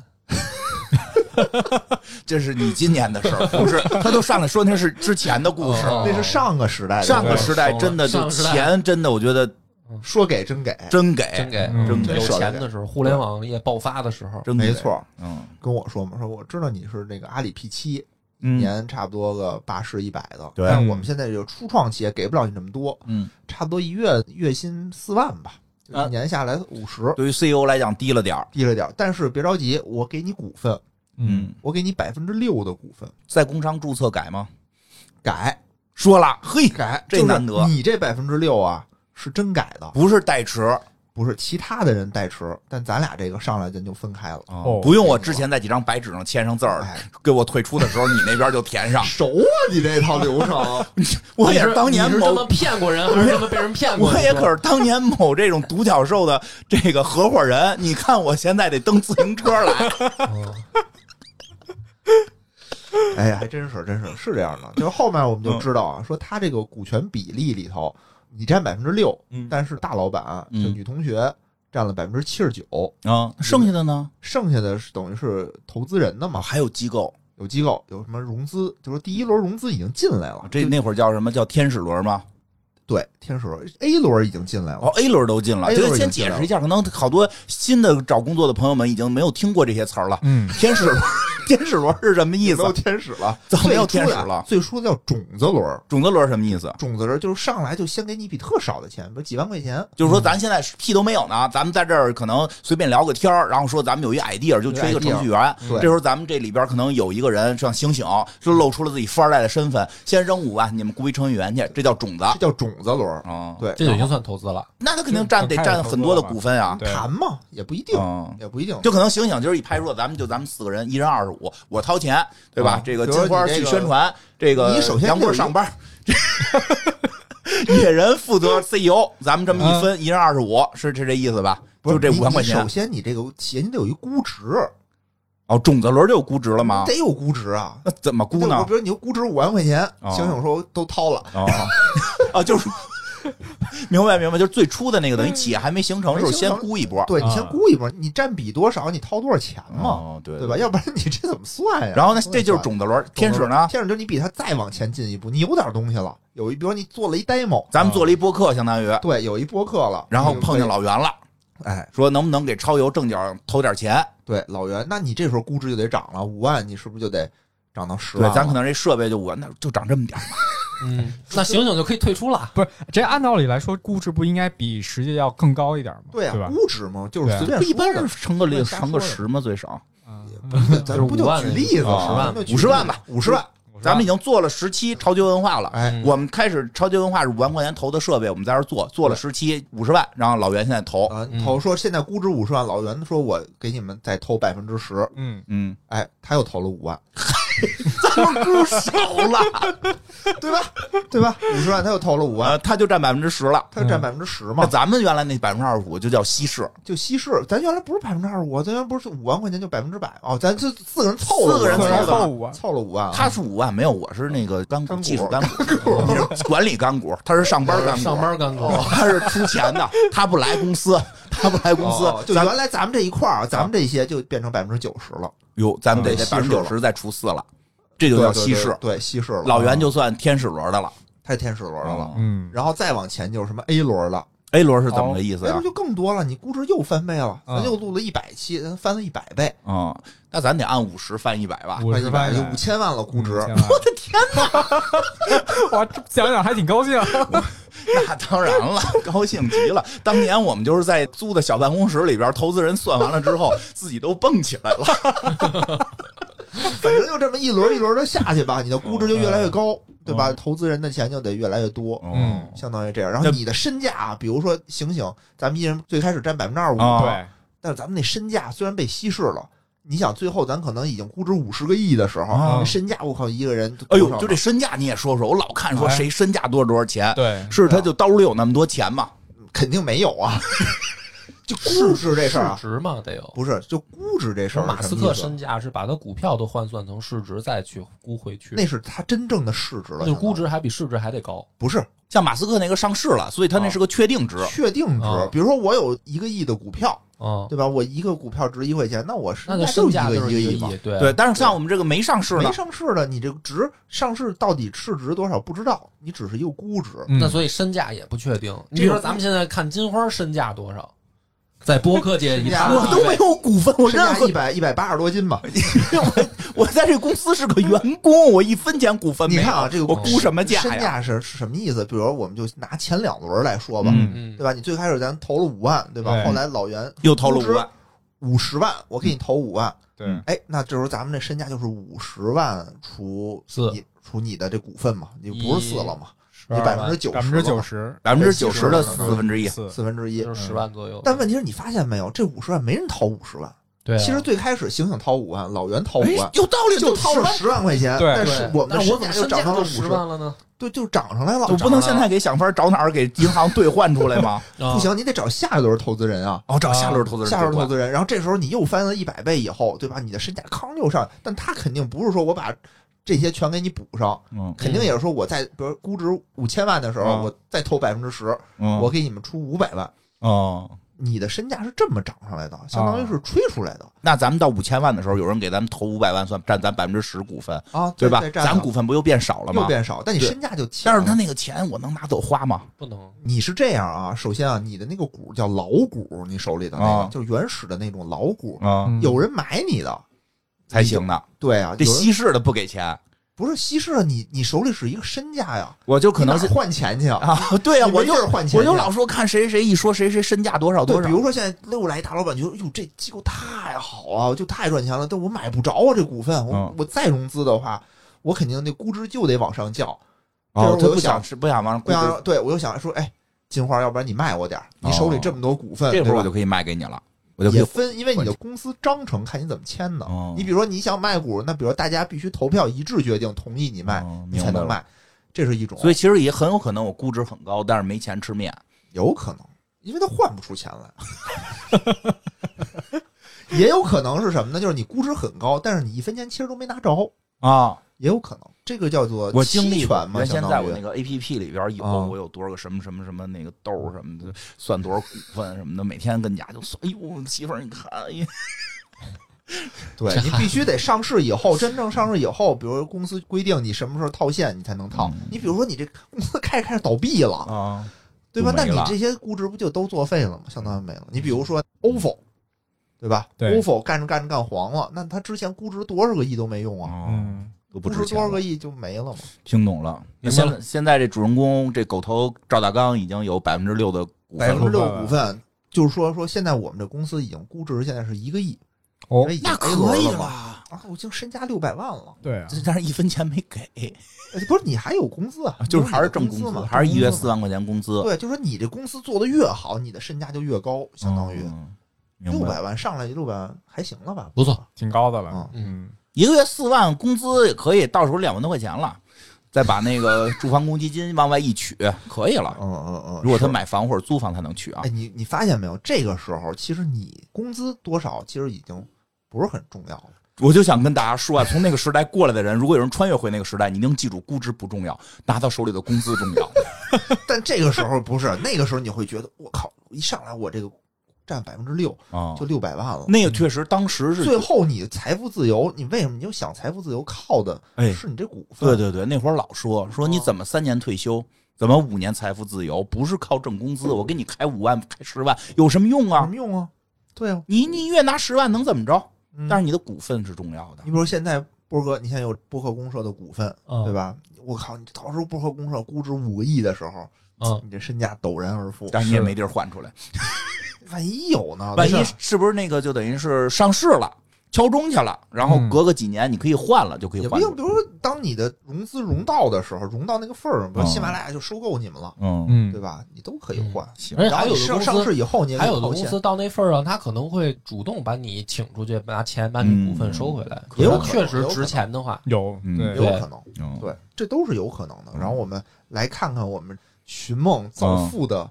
这是你今年的事儿，不是？他都上来说那是之前的故事，哦那是上个时代的，上个对时代真的上就个时代钱真的，我觉得说给真哎给，真给真给嗯真有给没舍得钱的时候，互联网业爆发的时候，真给没，错。嗯跟我说嘛，说我知道你是那个阿里 P 七，一嗯年差不多个八十一百的，对但我们现在这个初创企业给不了你这么多，嗯，差不多一月月薪四万吧，就啊一年下来五十，对于 CEO 来讲低了点儿，低了点儿。但是别着急，我给你股份，嗯，，我给你百分之六的股份，在工商注册改吗？改说了，嘿，改，这就是难得你这百分之六啊，是真改的，不是代持，不是其他的人代持，但咱俩这个上来咱就分开了，哦不用我之前在几张白纸上签上字儿哎，。给我退出的时候你那边就填上熟啊，你这套流程，我你也是当年你是这某么骗过人，还是这么被人骗过？我也你说可是当年某这种独角兽的这个合伙人，你看我现在得蹬自行车来， 哎呀，还真是真是是这样的。就是后面我们就知道啊，说他这个股权比例里头，你占百分之六，但是大老板就嗯女同学占了百分之七十九， 啊，剩下的呢？剩下的是等于是投资人的啊，嘛，还有机构，有机构有什么融资，就说第一轮融资已经进来了，这那会儿叫什么叫天使轮吗？对天使轮 A 轮已经进来哦了， ，A 轮都进了， A 这轮个已经先进解来 释一下，可能好多新的找工作的朋友们已经没有听过这些词儿了。嗯天使轮天使轮是什么意思没？有天使了，怎么没有最天初使呀了最初的叫种子轮儿，种子轮是什么意思？种子轮儿就是上来就先给你一笔特少的钱，比如几万块钱，就是说咱现在屁都没有呢，咱们在这儿可能随便聊个天儿，然后说咱们有一 idea 就缺一个程序员，对这时候咱们这里边可能有一个人像醒醒，就露出了自己富二代的身份，先扔五万，你们雇一程序员去，这叫种子。这叫种子轮儿。嗯，对，这就已经算投资了。那他肯定占得占很多的股份啊。对，谈嘛也不一定嗯，也不一定。就可能醒醒，今儿一拍桌子，咱们就咱们四个人，一人二十五，我掏钱，对吧？嗯这个比如说金花你这去个宣传，这个你首先杨得有波一 上班，野人负责 CEO，咱们这么一分，一人二十五，是是这意思吧？嗯不是就这你五万块你钱首。先你这个企业你得有一估值，哦，种子轮就有估值了吗得？有估值啊。那怎么估对呢我比？如你就估值五万块钱，哦醒醒说都掏了，哦， 啊，就是 明白明白，就是最初的那个等于企业还没形成的时嗯候，没形先成估一波，对你先啊估一波，你占比多少，你掏多少钱嘛，哦，对对吧？要不然你这怎么算呀？然后呢，不能这就算是种子轮，天使呢？天使就是你比他再往前进一步，你有点东西了，有一，比如说你做了一 demo，咱们做了一播客，相当于，啊对，有一播客了，然后你碰见老袁了。可以，哎，说能不能给超游正角投点钱？对，老袁，那你这时候估值就得涨了，五万你是不是就得涨到十对万，了？咱可能这设备就我那就长这么点儿嘛。 嗯，那醒醒就可以退出了。不是这按道理来说，估值不应该比实际要更高一点吗？对对啊，吧？估值嘛，就是对随便说一般的是乘个零，对瞎乘个说的十嘛，最少嗯咱 不就举例子啊吗，五十万吧，五十万，，咱们已经做了十期超级文化了。哎，嗯我们开始超级文化是五万块钱投的设备，我们在这儿做，做了十期五十万，然后老袁现在投，啊嗯，投说现在估值五十万，老袁说我给你们再投百分之十，嗯，嗯，哎，他又投了五万， 咱们估少 了，对吧？对吧？五十万他又投了五万，呃，他就占百分之十了。他就占百分之十那嘛，咱们原来那百分之二十五就叫稀释，就稀释。咱原来不是百分之二十五，咱原来不是五万块钱就百分之百哦，咱就四个人凑了，四个人凑凑的了五万，凑了五万啊，他是五万，没有我是那个干股干股技术干股，你是管理干股，他是上班干股，哦哦上班干股 他是出钱的，他不来公司，他不来公司哦，就咱原来咱们这一块儿，啊咱们这些就变成百分之九十了，哟，咱们得嗯百分之九稀释十再除四了，这就叫稀释。对稀释了。老袁就算天使轮的了太天使轮了了，嗯，然后再往前就是什么 A 轮了，A 轮是怎么个意思，A 呀轮？就更多了，你估值又翻倍了，嗯咱又录了一百期，咱翻了一百倍，啊嗯，那咱得按五十翻一百吧。五翻十啊一万百就五千万了估值。 我的天 哪！哇，这想想还挺高兴。啊 那当然了，高兴极了。当年我们就是在租的小办公室里边，投资人算完了之后， 自己都蹦起来了。反正就这么一轮一轮的下去吧，你的估值就越来越高，对吧？投资人的钱就得越来越多，哦嗯相当于这样。然后那你的身价，啊比如说醒醒，咱们一人最开始占百分之二五，啊对，但是咱们那身价虽然被稀释了，你想最后咱可能已经估值五十个亿的时候，啊身价我靠一个人，哎呦，就这，身价你也说说，我老看说哎谁身价多少多少钱，对，是啊他就兜里有那么多钱嘛？肯定没有啊。 就估值这事儿啊，市值嘛得有。不是就估值这事儿，马斯克身价是把他股票都换算成市值再去估回去，那是他真正的市值就了，是相当于估值还比市值还得高。不是像马斯克那个上市了，所以他哦那是个确定值。确定值啊。比如说我有一个亿的股票，嗯，对吧？我一个股票值一块钱，那我是那就就身一价个就是一个一嘛个。亿，对对，但是像我们这个没上市呢没，上市的，你这个值上市到底市值多少不知道，你只是一个估值。嗯那所以身价也不确定。你比如说，咱们现在看金花身价多少，在播客界一大身价我都没有股份，我身任价何一百一百八十多 斤吧，我在这公司是个员工，我一分钱股份嗯没你有。看啊这个我估什么价身呀？价是是什么意思？比如我们就拿前两轮来说吧，嗯嗯对吧？你最开始咱投了五万，对吧？对后来老袁又投了五万，五十万，我给你投五万，对，哎，那这时候咱们这身价就是五十万除四你除你的这股份嘛，你不是四了嘛？你12百分之九十，百分之九，十，百分之九十对的四分之一。四，四分之一就。是十万左右。但问题是你发现没有，这五十万没人掏五十万。对啊，其实最开始醒醒掏五万，老袁掏五哎万，，有道理，就掏十了万。十万块钱，对但对是我们那的我怎身价么就身涨价上了就五十十，万了呢？对，就涨上来了。我不能现在给想法找哪儿给银行兑换出来 吗？不不，行，你得找下一轮投资人啊。哦，找下轮投资人兑下换，轮投资人，然后这时候你又翻了一百倍以后，对吧？你的身价康又上，但他肯定不是说我把这些全给你补上，嗯肯定也是说我在比如估值五千万的时候，嗯我再投百分之十，嗯，我给你们出五百万，哦，你的身价是这么涨上来的，嗯相当于是吹出来的那咱们到五千万的时候，有人给咱们投五百万，算占咱百分之十股份，啊，对吧再？再咱占股份不又变少了又吗？变少，但你对身价就起来但了。是他那个钱我能拿走花吗？不能。你是这样啊，首先啊，你的那个股叫老股，你手里的那个、啊就是原始的那种老股，啊嗯有人买你的。才行呢，对啊，这有人西式的不给钱，不是稀释了你，你手里是一个身价呀，我就可能你是哪换钱去啊。啊， 对啊，你没我就地儿换钱我就去老说看谁谁一说谁谁身价多少对多，少，比如说现在又来一大老板，觉得哟这机构太好了，就太赚钱了，但我买不着啊这股份，我、嗯我再融资的话，我肯定那估值就得往上叫。哦，这他我就不想想吃，不想往上不估值，想对我就想说，哎，金花，要不然你卖我点儿，你手里这么多股份，哦这会对儿吧我就可以卖给你了，我就可也以分，因为你的公司章程看你怎么签的。哦你比如说你想卖股，那比如大家必须投票一致决定同意你卖，哦你才明白能了卖，这是一种。所以其实也很有可能我估值很高，但是没钱吃面。有可能，因为他换不出钱来。 也有可能是什么呢？就是你估值很高，但是你一分钱其实都没拿着，啊，也有可能。这个叫做我经历期过权，嘛，原相先在当我于那个 A P P 里边有，啊我有多少个什么什么什么那个豆儿什么的，算多少股份什么的，每天跟家就算。哎呦，媳妇儿你看，哎呀， 对你必须得上市以后，真正上市以后，比如公司规定你什么时候套现，你才能套。你比如说你这公司开着开着倒闭了，嗯啊，对吧？就那没你了这些估值不就都作废了吗？相当于没了。你比如说 OFO，对吧对？OFO 干着干着干黄了，那它之前估值多少个亿都没用啊，嗯，嗯，都不估值值钱多少了个。亿就没了嘛。听懂了。那明白现了在现在这主人公这狗头赵大刚已经有百分之六的股百份分之了，六股份，就是说说现在我们这公司已经估值现在是一个亿，哦因为已经 A 那可以轮了嘛了。啊，我已经身家六百万了，对啊，但是一分钱没给，呃不是你还有工资啊， 就是你还是有挣工工嘛，还是一月四万。万块钱工资，嗯对，就是你这公司做的越好，你的身价就越高，相当于嗯六明白。百万上来就六百万，还行了吧？不错，挺高的了，嗯嗯，一个月四万工资也可以，到手两万多块钱了，再把那个 住房公积金往外一取，可以了。嗯嗯嗯。如果他是，买房或者租房，他能取啊哎，。你你发现没有？这个时候其实你工资多少其实已经不是很重要了。我就想跟大家说啊，从那个时代过来的人，如果有人穿越回那个时代，你一定记住，估值不重要，拿到手里的工资重要。 但这个时候不是，那个时候你会觉得我靠，一上来我这个占百分之六啊就六百万了。那个确实当时是最后你财富自由，你为什么你就想财富自由靠的哎是你这股份？对对对，那会儿老说说啊你怎么三年退休，怎么五年财富自由，不是靠挣工资，我给你开五万、开十万有什么用有什啊么？用啊？对啊，你你一月拿十万能怎么着？嗯但是你的股份是重要的你。比如现在波哥，你现在有波克公社的股份，嗯对吧？我靠，你到时候波克公社估值五个亿的时候，嗯，你这身价陡然而富，但是你也没地儿换出来，万一有呢？万一对吧是不是那个就等于是上市了，敲钟去了，然后嗯隔个几年你可以换了，就可以也换不用，出比来。如说当你的融资融到的时候，融到那个份儿上，比如嗯喜马拉雅就收购你们了，嗯，嗯对，吧？你都可以换。行而且然还后有你的上公司上市以后，你也可还以有的套公现司到那份儿上，他可能会主动把你请出去，拿钱把你股份收回来。也有嗯可能确实值钱的话，有嗯对也有可能。嗯对，这都是有可能的。然后我们来看看我们寻梦造富的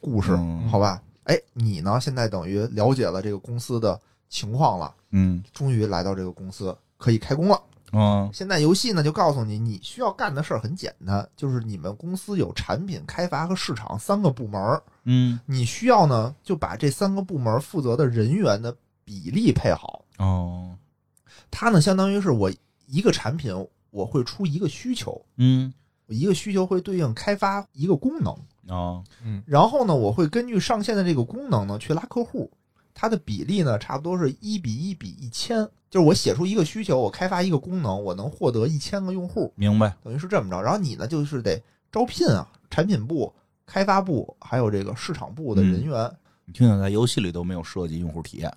故事，嗯好吧？哎，你呢？现在等于了解了这个公司的情况了，嗯终于来到这个公司，可以开工了。嗯现在游戏呢，就告诉你，你需要干的事儿很简单，就是你们公司有产品开发和市场三个部门儿，嗯你需要呢就把这三个部门负责的人员的比例配好。哦它呢，相当于是我一个产品，我会出一个需求，嗯我一个需求会对应开发一个功能，哦然后呢，我会根据上线的这个功能呢去拉客户，它的比例呢差不多是一比一比一千，就是我写出一个需求，我开发一个功能，我能获得一千个用户，明白等于是这么着。然后你呢就是得招聘啊，产品部、开发部还有这个市场部的人嗯员，你听听，在游戏里都没有设计用户体验，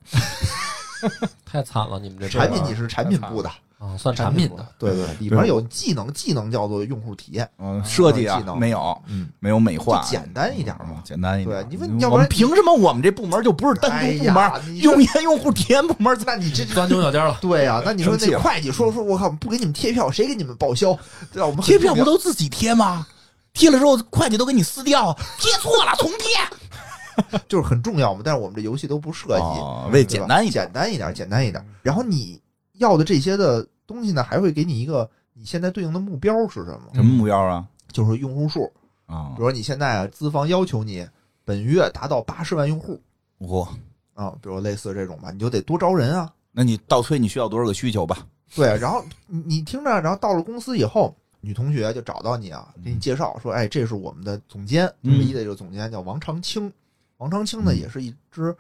太惨了，你们这产品阵儿你是产品部的，啊，算产品部的，对对，里面有技能，技能叫做用户体验，嗯，设计啊技能没有嗯，没有美化，就简单一点嘛嗯简单一点。对因为要不然我们凭什么我们这部门就不是单独部门哎儿呀？你这用研用户体验部门儿那你这 钻牛角尖了。对 呀、那你说生气那了会计说说，我靠，不给你们贴票，谁给你们报销？对吧、我们贴票不都自己贴吗？贴了之后，会计都给你撕掉，贴错了重贴。就是很重要嘛？但是我们这游戏都不设计，哦为对吧简单一点简单一点，简单一点。然后你要的这些的东西呢，还会给你一个你现在对应的目标是什么？嗯什么目标啊？就是用户数，啊比如，说你现在啊，资方要求你本月达到八十万用户我，啊，比如类似这种吧，你就得多招人啊。那你倒推你需要多少个需求吧？对，然后你你听着，然后到了公司以后，女同学就找到你啊，给你介绍说，哎，这是我们的总监，嗯唯一的这个总监叫王长青。王长青呢，也是一只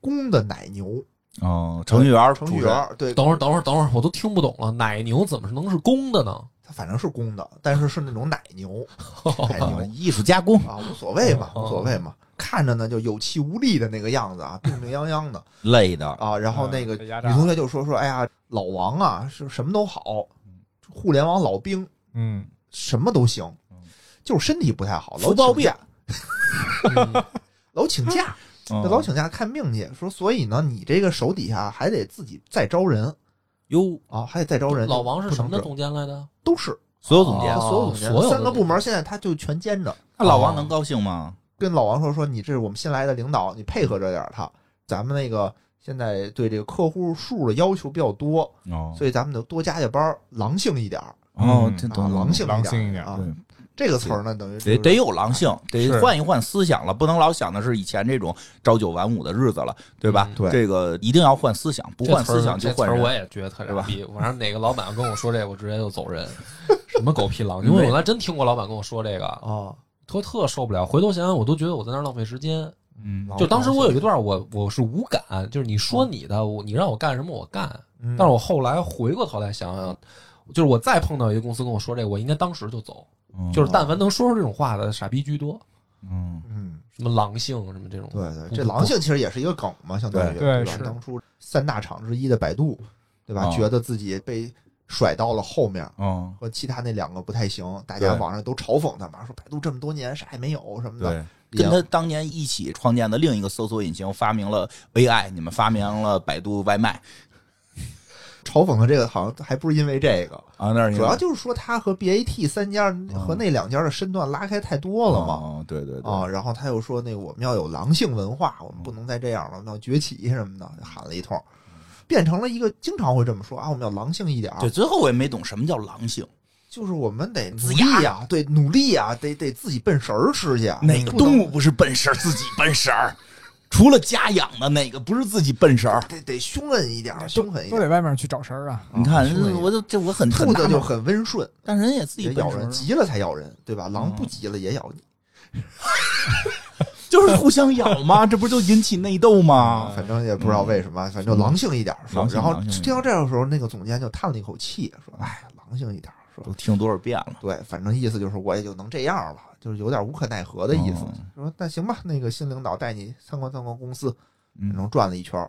公的奶牛，哦，程序员，程序，员对，等会儿，等会儿，等会儿，我都听不懂了。奶牛怎么能是公的呢？ 它反正是公的，但是是那种奶牛，哦奶牛艺术加工，啊，无所谓嘛，无所谓嘛。看着呢就有气无力的那个样子啊，病病殃殃的累的，啊。然后那个嗯被压榨女同学就说说，哎呀，老王啊是什么都好，互联网老兵嗯，什么都行，就是身体不太好，老福报请假变，嗯老请假，嗯就老请假看病去。说所以呢，你这个手底下还得自己再招人哟，啊，还得再招人。老王是什么的不能总监来的？只都是所有总监他哦，所有总所有监的三个部门，现在他就全兼着。那老王能高兴吗？跟老王说说，你这是我们新来的领导，你配合着点儿他。咱们那个现在对这个客户数的要求比较多，哦，所以咱们得多加加班儿，狼性一点儿，哦，嗯这啊懂懂狼性狼性一一点点儿啊对。这个词儿呢，等于得是得有狼性，得是换一换思想了，不能老想的是以前这种朝九晚五的日子了，嗯对吧？对这个一定要换思想，不这换词儿思想就这词换儿我人。也觉得特是吧傻逼。我让哪个老板跟我说这个，我直接就走 人。什么狗屁狼！因为我原来真听过老板跟我说这个，啊，特特受不了。回头想想，我都觉得我在那儿浪费时间。嗯就当时我有一段我我是无感，就是你说你的，我你让我干什么我干。嗯，但是我后来回过头来想想，就是我再碰到一个公司跟我说这个，我应该当时就走。哦就是但凡能说出这种话的傻逼居多，嗯，嗯，什么狼性什么这种。对对，这狼性其实也是一个梗嘛，相当于对吧是？当初三大厂之一的百度，对吧？啊觉得自己被甩到了后面。哦，和其他那两个不太行，大家对网上都嘲讽他嘛，说百度这么多年啥也没有什么的，对，跟也他当年一起创建的另一个搜索引擎发明了 AI，你们发明了百度外卖嘲讽他这个好像还不是因为这个，啊，那是因为啊主要就是说他和 BAT 三家和那两家的身段拉开太多了嘛。哦，对对对，啊，然后他又说那个我们要有狼性文化，我们嗯不能再这样了，我们要崛起什么的，喊了一通，变成了一个经常会这么说啊，我们要狼性一点儿，对，最后我也没懂什么叫狼性，就是我们得努自力呀、对，努力呀、得得自己奔神儿吃去，啊哪个不能动啊物不是笨食儿自己笨食儿？哦除了家养的，哪个不是自己笨食儿？得得凶狠一点儿，凶狠一都点儿。得外面去找食儿啊。你看凶狠一，点我就这我很很兔子纳就闷很温顺，但人也自己也笨咬食人，儿啊急了才咬人，对吧？狼嗯不急了也咬你。 就是互相咬 嘛，这不就引起内斗吗？啊反正也不知道为什么，反正就狼性一点儿说。嗯狼性然后狼性一点嗯听到这儿的时候，那个总监就叹了一口气，说：“哎，狼性一点儿。”说都听多少遍了，对，反正意思就是我也就能这样了，就是有点无可奈何的意思。嗯说那行吧，那个新领导带你参观参观公司，嗯然后转了一圈儿，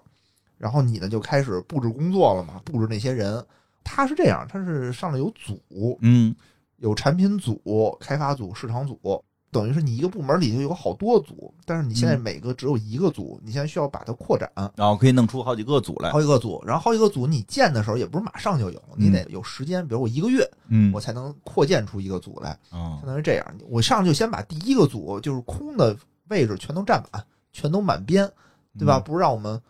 然后你呢就开始布置工作了嘛，布置那些人。他是这样，他是上面有组，嗯有产品组、开发组、市场组，等于是你一个部门里头有好多组，但是你现在嗯每个只有一个组，你现在需要把它扩展。然后可以弄出好几个组来，好几个组，然后好几个组你建的时候也不是马上就有，你得有时间，比如我一个月嗯我才能扩建出一个组来，啊相当于这样，我上去先把第一个组就是空的位置全都占满，全都满编，对吧？嗯不是让我们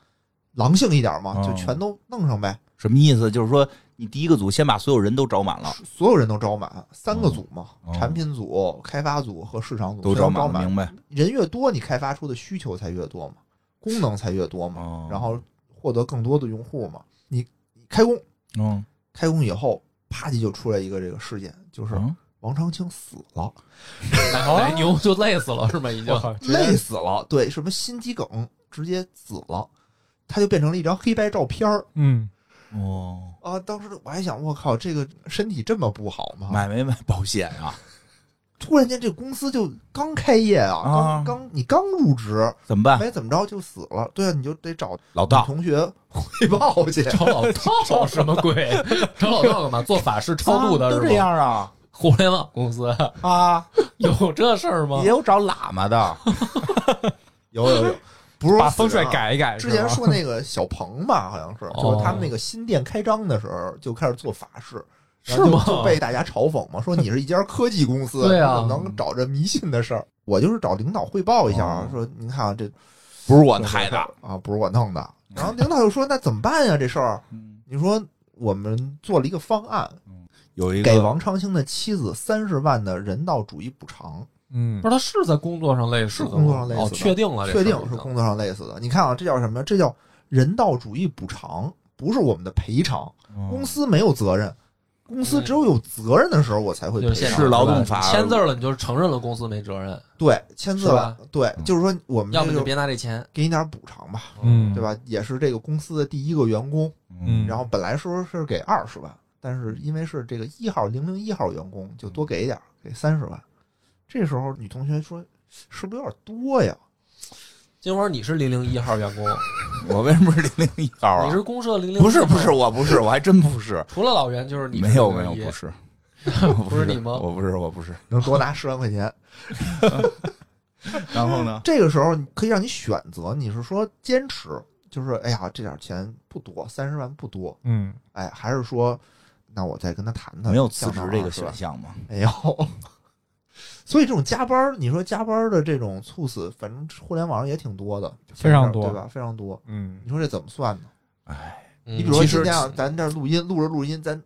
狼性一点嘛，哦就全都弄上呗，什么意思？就是说你第一个组先把所有人都招满了，所有人都招满，三个组嘛，哦产品组、开发组和市场组都全都招满了，明白？人越多，你开发出的需求才越多嘛，功能才越多嘛，哦然后获得更多的用户嘛，你你开工。嗯开工以后，啪叽就出来一个这个事件，就是嗯啊王长青死了，奶哦奶牛就累死了是吗？已经我靠，直接 累死了，对，什么心肌梗直接死了，他就变成了一张黑白照片儿嗯，哦，啊！当时我还想，我靠，这个身体这么不好吗？买没买保险啊？ 突然间这公司就刚开业啊，啊哎刚刚你刚入职，怎么办？没怎么着就死了，对啊，你就得找老女道，同学汇 报 去。找老道什么 鬼？找老道干嘛？做法事超度的啊是都吗？这样啊互联网公司 啊，有这事儿吗也？有找喇嘛的，有有有，不是把风水改。改一改。之前是吧说那个小鹏吧，好像是，就是他们那个新店开张的时候就开始做法事，然后是吗就就被大家嘲讽嘛，说你是一家科技公司，对啊你怎么能找这迷信的事儿？我就是找领导汇报一下，说您看啊这 不是我这抬事儿的，啊，不是我弄的。然后领导就说：“那怎么办呀？这事儿？”你说我们做了一个方案，有一个给王长兴的妻子三十万的人道主义补偿，嗯不是，他是在工作上累死的吗，是工作上累死的哦，确定了，这事确儿定已是经工作上累死的。你看啊，这叫什么？这哦叫人道主义补偿，不是我们的赔偿。公司没有责任，公司只有有责任的时候，我才会就是赔现偿。场是劳动法签字了，你就承认了公司没责任，对，签字是了吧，对，就是说我们要不这你就就别拿这钱。给你点补偿吧，嗯，对？吧？也是这个公司的第一个员工，嗯，然后本来说是给二十万，但是因为是这个一号零零一号员工，就多给一点儿，给三十万。这时候女同学说：“是不是有点多呀金花，你是零零一号员工，我为什么是零零一号你啊？是公社零零不是不是，，我不是，我还真不是，除了老袁就是你是没有没有001 不是，我不是你吗我不是我不是。？”能多拿十万块钱。然后呢？这个时候你可以让你选择，你是说坚持，就是哎呀这点钱不多，三十万不多，嗯，哎，还是说那我再跟他谈谈，没有辞职降到这个20万选项啊吗？没有。所以这种加班儿，你说加班儿的这种猝死，反正互联网上也挺多的，非常多对吧？非常多。嗯你说这怎么算呢？嗯你比如说其实今天啊，咱这儿录音，录着录音，咱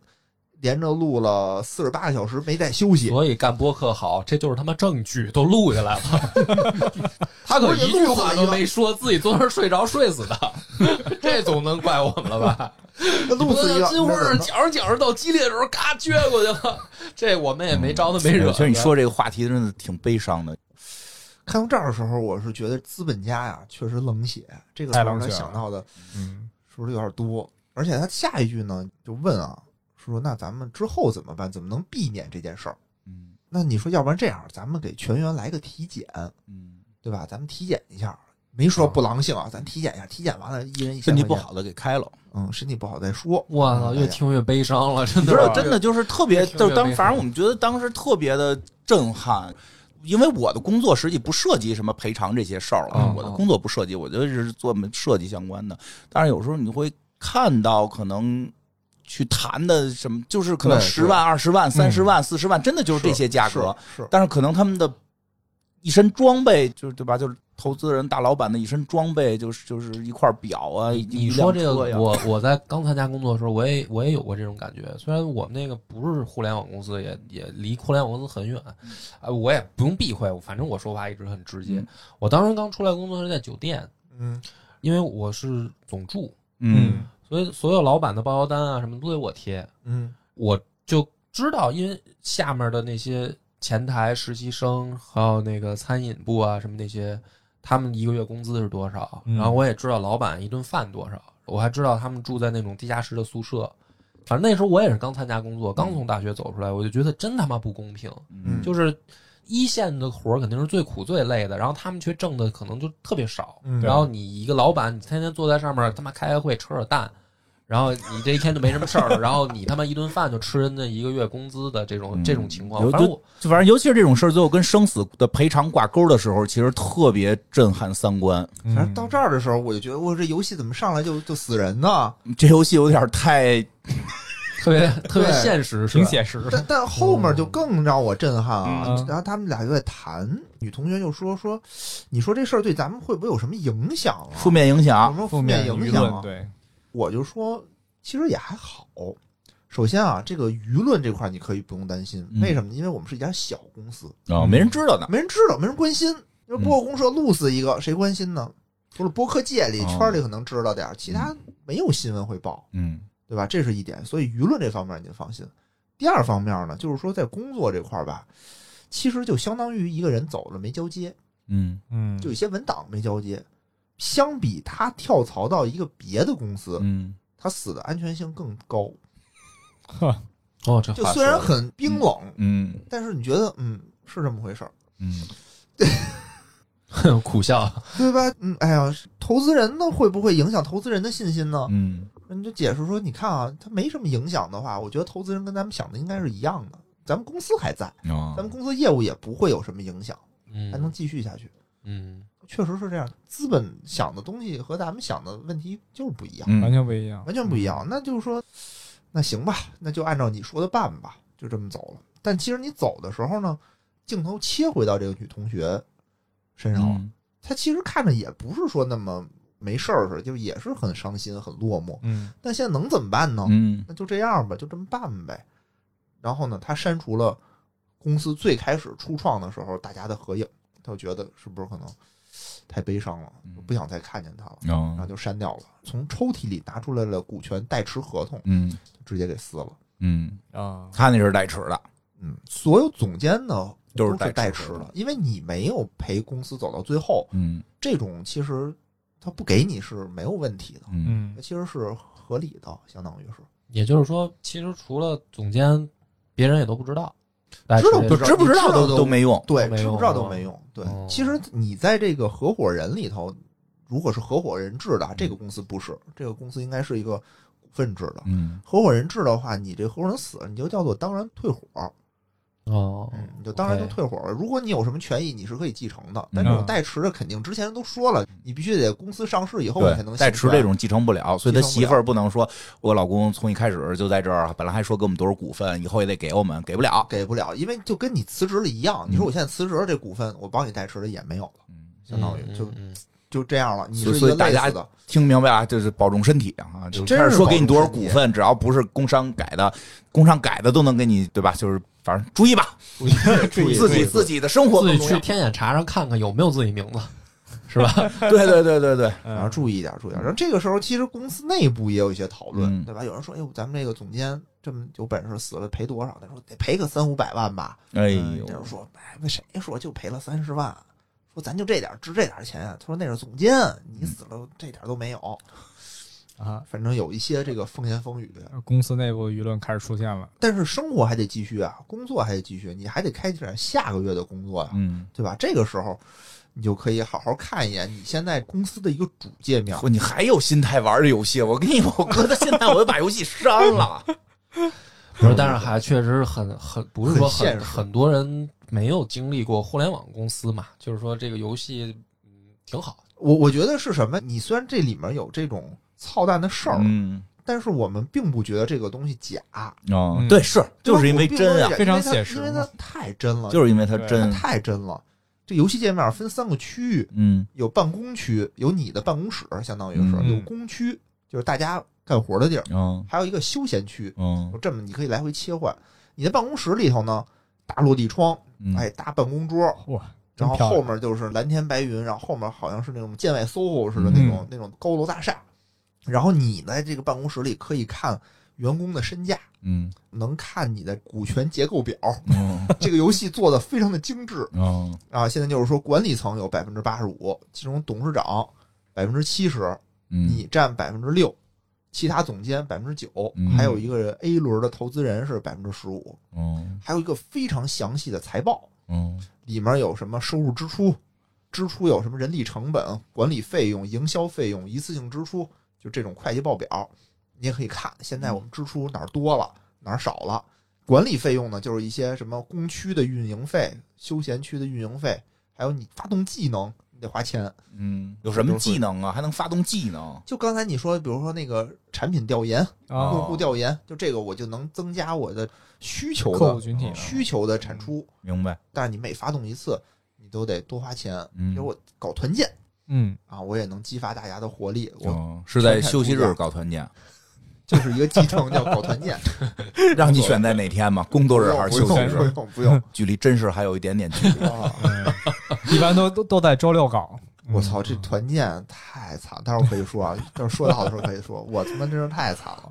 连着录了四十八个小时，没带休息。所以干播客好，这就是他妈证据，都录下来了。 他不可是一句话都没说，自己坐那儿睡着睡死的， 这总能怪我们了 吧？录死一个你不能金花那怎儿么讲着讲着到激烈的时候，咔撅过去了，这我们也没招他没哎惹。我觉得你说这个话题真的挺悲伤的。看到这儿的时候，我是觉得资本家呀，确实冷血。这个时太候冷他血了想到的嗯是不是有点多？而且他下一句呢，就问啊，说那咱们之后怎么办？怎么能避免这件事儿？嗯那你说，要不然这样，咱们给全员来个体检，嗯，对吧？咱们体检一下，没说不狼性啊，咱体检一下，体检完了，一人一千身体不块钱，好的给开了。嗯，身体不好再说。我操，嗯越听越悲伤了，真你的知道，是真的就是特别，听着就是当没反什么正我们觉得当时特别的震撼，因为我的工作实际不涉及什么赔偿这些事儿了，嗯我的嗯工作不涉及，我就是做设计相关的。但是有时候你会看到可能。去谈的什么，就是可能对十万、二十万、三十万、四十万，真的就是这些价格。是，但是可能他们的一身装备，就是对吧？就是投资人大老板的一身装备，就是就是一块表啊，你一你辆说这个车，呀我我在刚参加工作的时候，我也我也有过这种感觉。虽然我们那个不是互联网公司，也也离互联网公司很远，啊，我也不用避讳，反正我说话一直很直接。嗯我当时刚出来工作是在酒店，嗯，因为我是总助，嗯，所以所有老板的报销单啊什么都得我贴。嗯，我就知道，因为下面的那些前台实习生，还有那个餐饮部啊什么那些，他们一个月工资是多少，嗯然后我也知道老板一顿饭多少，我还知道他们住在那种地下室的宿舍。反正那时候我也是刚参加工作，刚从大学走出来，我就觉得真他妈不公平。嗯就是一线的活儿肯定是最苦最累的，然后他们却挣的可能就特别少。嗯然后你一个老板，你天天坐在上面他妈开开会，扯扯淡，然后你这一天就没什么事儿了，然后你他妈一顿饭就吃人家一个月工资的这种、嗯这种情况，有反正我就反正尤其是这种事儿，最后跟生死的赔偿挂钩的时候，其实特别震撼三观。嗯，反正到这儿的时候，我就觉得，我这游戏怎么上来就就死人呢？这游戏有点太特别特别现实，是挺吧？写实的，但但后面就更让我震撼啊！嗯然后他们俩就在谈，女同学就说说，你说这事儿对咱们会不会有什么影响啊？负面影有响什。么负负面影舆响论啊？对，我就说，其实也还好。首先啊，这个舆论这块你可以不用担心，嗯为什么？因为我们是一家小公司，啊，没人知道呢。没人知道，没人关心。就是播客公社录死一个，谁关心呢？除了播客界里、哦圈里可能知道点儿，其他没有新闻会报，嗯对吧？这是一点，所以舆论这方面您放心。第二方面呢，就是说在工作这块儿吧，其实就相当于一个人走了没交接，嗯 嗯，就有些文档没交接。相比他跳槽到一个别的公司，嗯，他死的安全性更高。呵，哦，这就话虽然说的很冰冷，嗯但是你觉得嗯是这么回事儿，嗯，苦笑，对吧？嗯，哎呀，投资人呢会不会影响投资人的信心呢？嗯你就解释说，你看啊，他没什么影响的话，我觉得投资人跟咱们想的应该是一样的。咱们公司还在，啊咱们公司业务也不会有什么影响，还能嗯继续下去。嗯，确实是这样，资本想的东西和咱们想的问题就是不一样，完嗯全不一样，完全不一样。那就是说，那行吧，那就按照你说的办吧，就这么走了。但其实你走的时候呢，镜头切回到这个女同学身上了，嗯她其实看着也不是说那么没事儿似的，就也是很伤心、很落寞。嗯但现在能怎么办呢？嗯那就这样吧，就这么办呗。然后呢，他删除了公司最开始初创的时候大家的合影，他就觉得是不是可能太悲伤了，嗯就不想再看见他了，然后啊就删掉了。从抽屉里拿出来了股权代持合同，嗯直接给撕了。嗯，啊，他那是带齿的，嗯，所有总监呢都是是带代持持的的，因为你没有陪公司走到最后，嗯这种其实他不给你是没有问题的，嗯嗯，其实是合理的，相当于是。也就是说，其实除了总监，别人也都不知道，大家知道谁不就知知不知道知道都都没用，对，没知不用知道都啊没用。对哦，其实你在这个合伙人里头，如果是合伙人制的啊，这嗯个公司不是，这个公司应该是一个股份制的。嗯合伙人制的话，你这合伙人死了，你就叫做当然退伙，哦，嗯，你就当然就 OK 退伙了。如果你有什么权益，你是可以继承的，但嗯这种代持的肯定之前都说了，你必须得公司上市以后你才能对，代持持这种继承不了，所以他继承不媳了妇儿不能说，我老公从一开始就在这儿，本来还说给我们多少股份，以后也得给我们，给不了。给不了，因为就跟你辞职了一样，你说嗯我现在辞职了，这股份我帮你代持的也没有了，嗯相当于嗯就嗯就这样了。你所是以一所以个大累家死的，听明白啊，就是保重身体啊！就真开始是说保给你重多少身体股份，只要不是工商改的，工商改的都能给你，对吧？就是反正 注意吧，注意自己自己的生活自己更重去要。天眼查上看看有没有自己名字，是吧？对对对对对，然后注意一点，注意一点。然后这个时候，其实公司内部也有一些讨论，嗯对吧？有人说：“哎呦，咱们这个总监这么有本事，死了赔多少？”他说：“得赔个三五百万吧。”哎有人说：“哎，那谁说就赔了三十万？说咱就这点儿值这点儿钱。”啊他说：“那是总监，你死了这点儿都没有。嗯啊”，反正有一些这个风言风语，公司内部舆论开始出现了，但是生活还得继续啊，工作还得继续，你还得开展下个月的工作呀、嗯，对吧？这个时候，你就可以好好看一眼你现在公司的一个主界面。嚯，你还有心态玩这游戏？ 我跟你，我哥他现在我就把游戏 删了。 不是，但是还确实很很不是说很现嗯很实很多人没有经历过互联网公司嘛，就是说这个游戏嗯挺好，我我觉得是什么？你虽然这里面有这种操蛋的事儿，嗯，但是我们并不觉得这个东西假，哦嗯对，是就是因为真对啊，吧非常我并不觉得写假实因为它因为它太真了，就是因嗯为它对它真。太真了。这游戏界面分三个区域，嗯有办公区，有你的办公室，相当于是、嗯有工区，就是大家干活的地儿，嗯还有一个休闲区，嗯这么你可以来回切换。你的办公室里头呢，大落地窗，嗯哎，大办公桌，哇，真然后漂亮后面就是蓝天白云，然后后面好像是那种建外 SOHO 似的那种、那种高楼大厦。然后你在这个办公室里可以看员工的身价，嗯能看你的股权结构表。嗯这个游戏做的非常的精致嗯啊！现在就是说，管理层有百分之八十五，其中董事长百分之七十，嗯你占百分之六，其他总监百分之九嗯，还有一个 A 轮的投资人是百分之十五，嗯还有一个非常详细的财报。嗯里面有什么收入支出，支出有什么人力成本、管理费用、营销费用、一次性支出，就这种会计报表，你也可以看。现在我们支出哪儿多了，哪儿少了。管理费用呢，就是一些什么工区的运营费、休闲区的运营费，还有你发动技能，你得花钱。嗯，有什么技能啊？还能发动技能？就刚才你说，比如说那个产品调研、用啊，户调研，就这个我就能增加我的需求客户的群体了需求的产出，明白？但是你每发动一次，你都得多花钱。嗯比如我搞团建。嗯，啊，我也能激发大家的活力。我哦，是在休息日搞团建， 就是一个技能叫搞团建，让你选在哪天嘛？工作日还是休不息用不日？用 不用距离真是还有一点点距离。不用 啊！一般都都都在周六搞。 嗯嗯我操，这团建太惨！待会儿可以说啊，待会儿说的好的时候可以说，我他妈真是太惨了。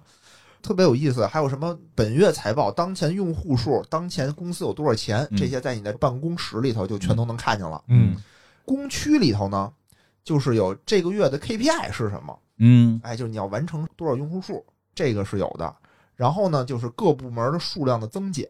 特别有意思，还有什么本月财报、当前用户数、当前公司有多少钱，嗯这些在你的办公室里头就全都能看见了。嗯，工区里头呢，就是有这个月的 KPI 是什么，嗯哎，就是你要完成多少用户数，这个是有的。然后呢，就是各部门的数量的增减，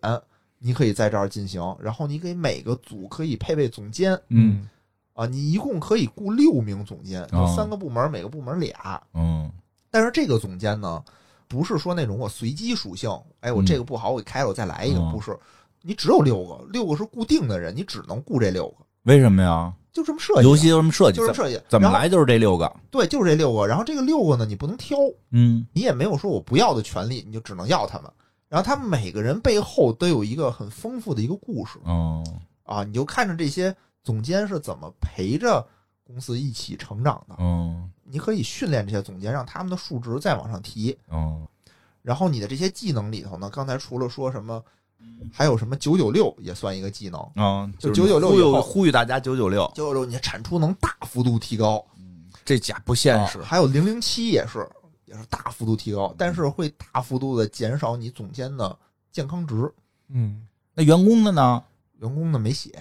你可以在这儿进行。然后你给每个组可以配备总监嗯啊，你一共可以雇六名总监，就哦三个部门，每个部门俩。嗯但是这个总监呢，不是说那种我随机属性，哎，我嗯这个不好，我给开了，我再来一个，哦不是。你只有六个，六个是固定的人，你只能雇这六个，为什么呀？就这么设计的，游戏有什么设计就？这么设计。怎么然后？来就是这六个。对，就是这六个。然后这个六个呢，你不能挑，嗯你也没有说我不要的权利，你就只能要他们。然后他们每个人背后都有一个很丰富的一个故事哦啊，你就看着这些总监是怎么陪着公司一起成长的。哦你可以训练这些总监，让他们的数值再往上提。哦然后你的这些技能里头呢，刚才除了说什么，还有什么九九六也算一个技能。哦，就是996忽以悠后呼吁大家九九六，九九六，你的产出能大幅度提高。啊这假不现实。还有零零七也是，也是大幅度提高，但是会大幅度的减少你总监的健康值。嗯，那员工的呢？员工的没写，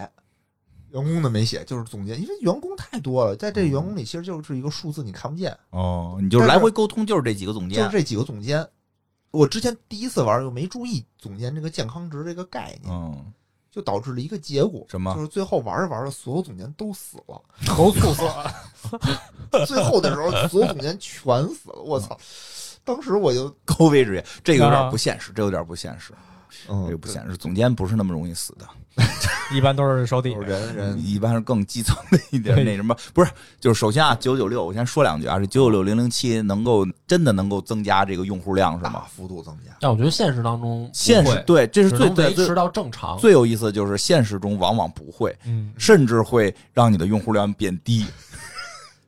员工的没写，就是总监，因为员工太多了，在这嗯员工里其实就是一个数字，你看不见，哦，你就是来但是回沟通，就是这几个总就监是。这几个总监。我之前第一次玩又没注意总监这个健康值这个概念，嗯，就导致了一个结果，什么就是最后玩着玩着，所有总监都死了， 都猝死了。最后的时候，所有总监全死了。我操！嗯当时我就， 高位置也，这个有点啊不现实，这有点不现实，这嗯个不现实。总监不是那么容易死的，一般都是手底有人人嗯一般是更基层的一点对那什么，不是，就是首先啊，九九六，我先说两句啊，这九九六零零七能够真的能够增加这个用户量是大吗？幅度增加，但我觉得现实当中现不实会对，这是只最能最维最持到正常。最有意思的就是现实中往往不会，嗯，甚至会让你的用户量变低。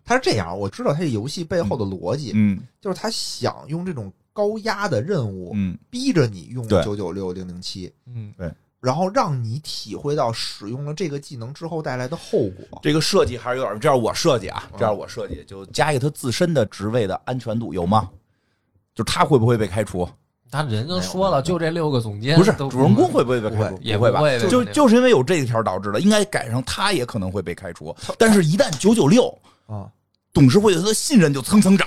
他是这样，我知道他这游戏背后的逻辑，嗯就是他想用这种高压的任务嗯逼着你用对九九六零零七，嗯，然后让你体会到使用了这个技能之后带来的后果。这个设计还是有点，这样我设计啊，这样我设计就加一个他自身的职位的安全度有吗？就是他会不会被开除？他人都说了，就这六个总监不是，都主人公会不会被不开会除？也不会不吧会？被就开除就是因为有这一条导致的，应该改成他也可能会被开除。但是，一旦九九六啊，董事会对他的信任就蹭蹭涨。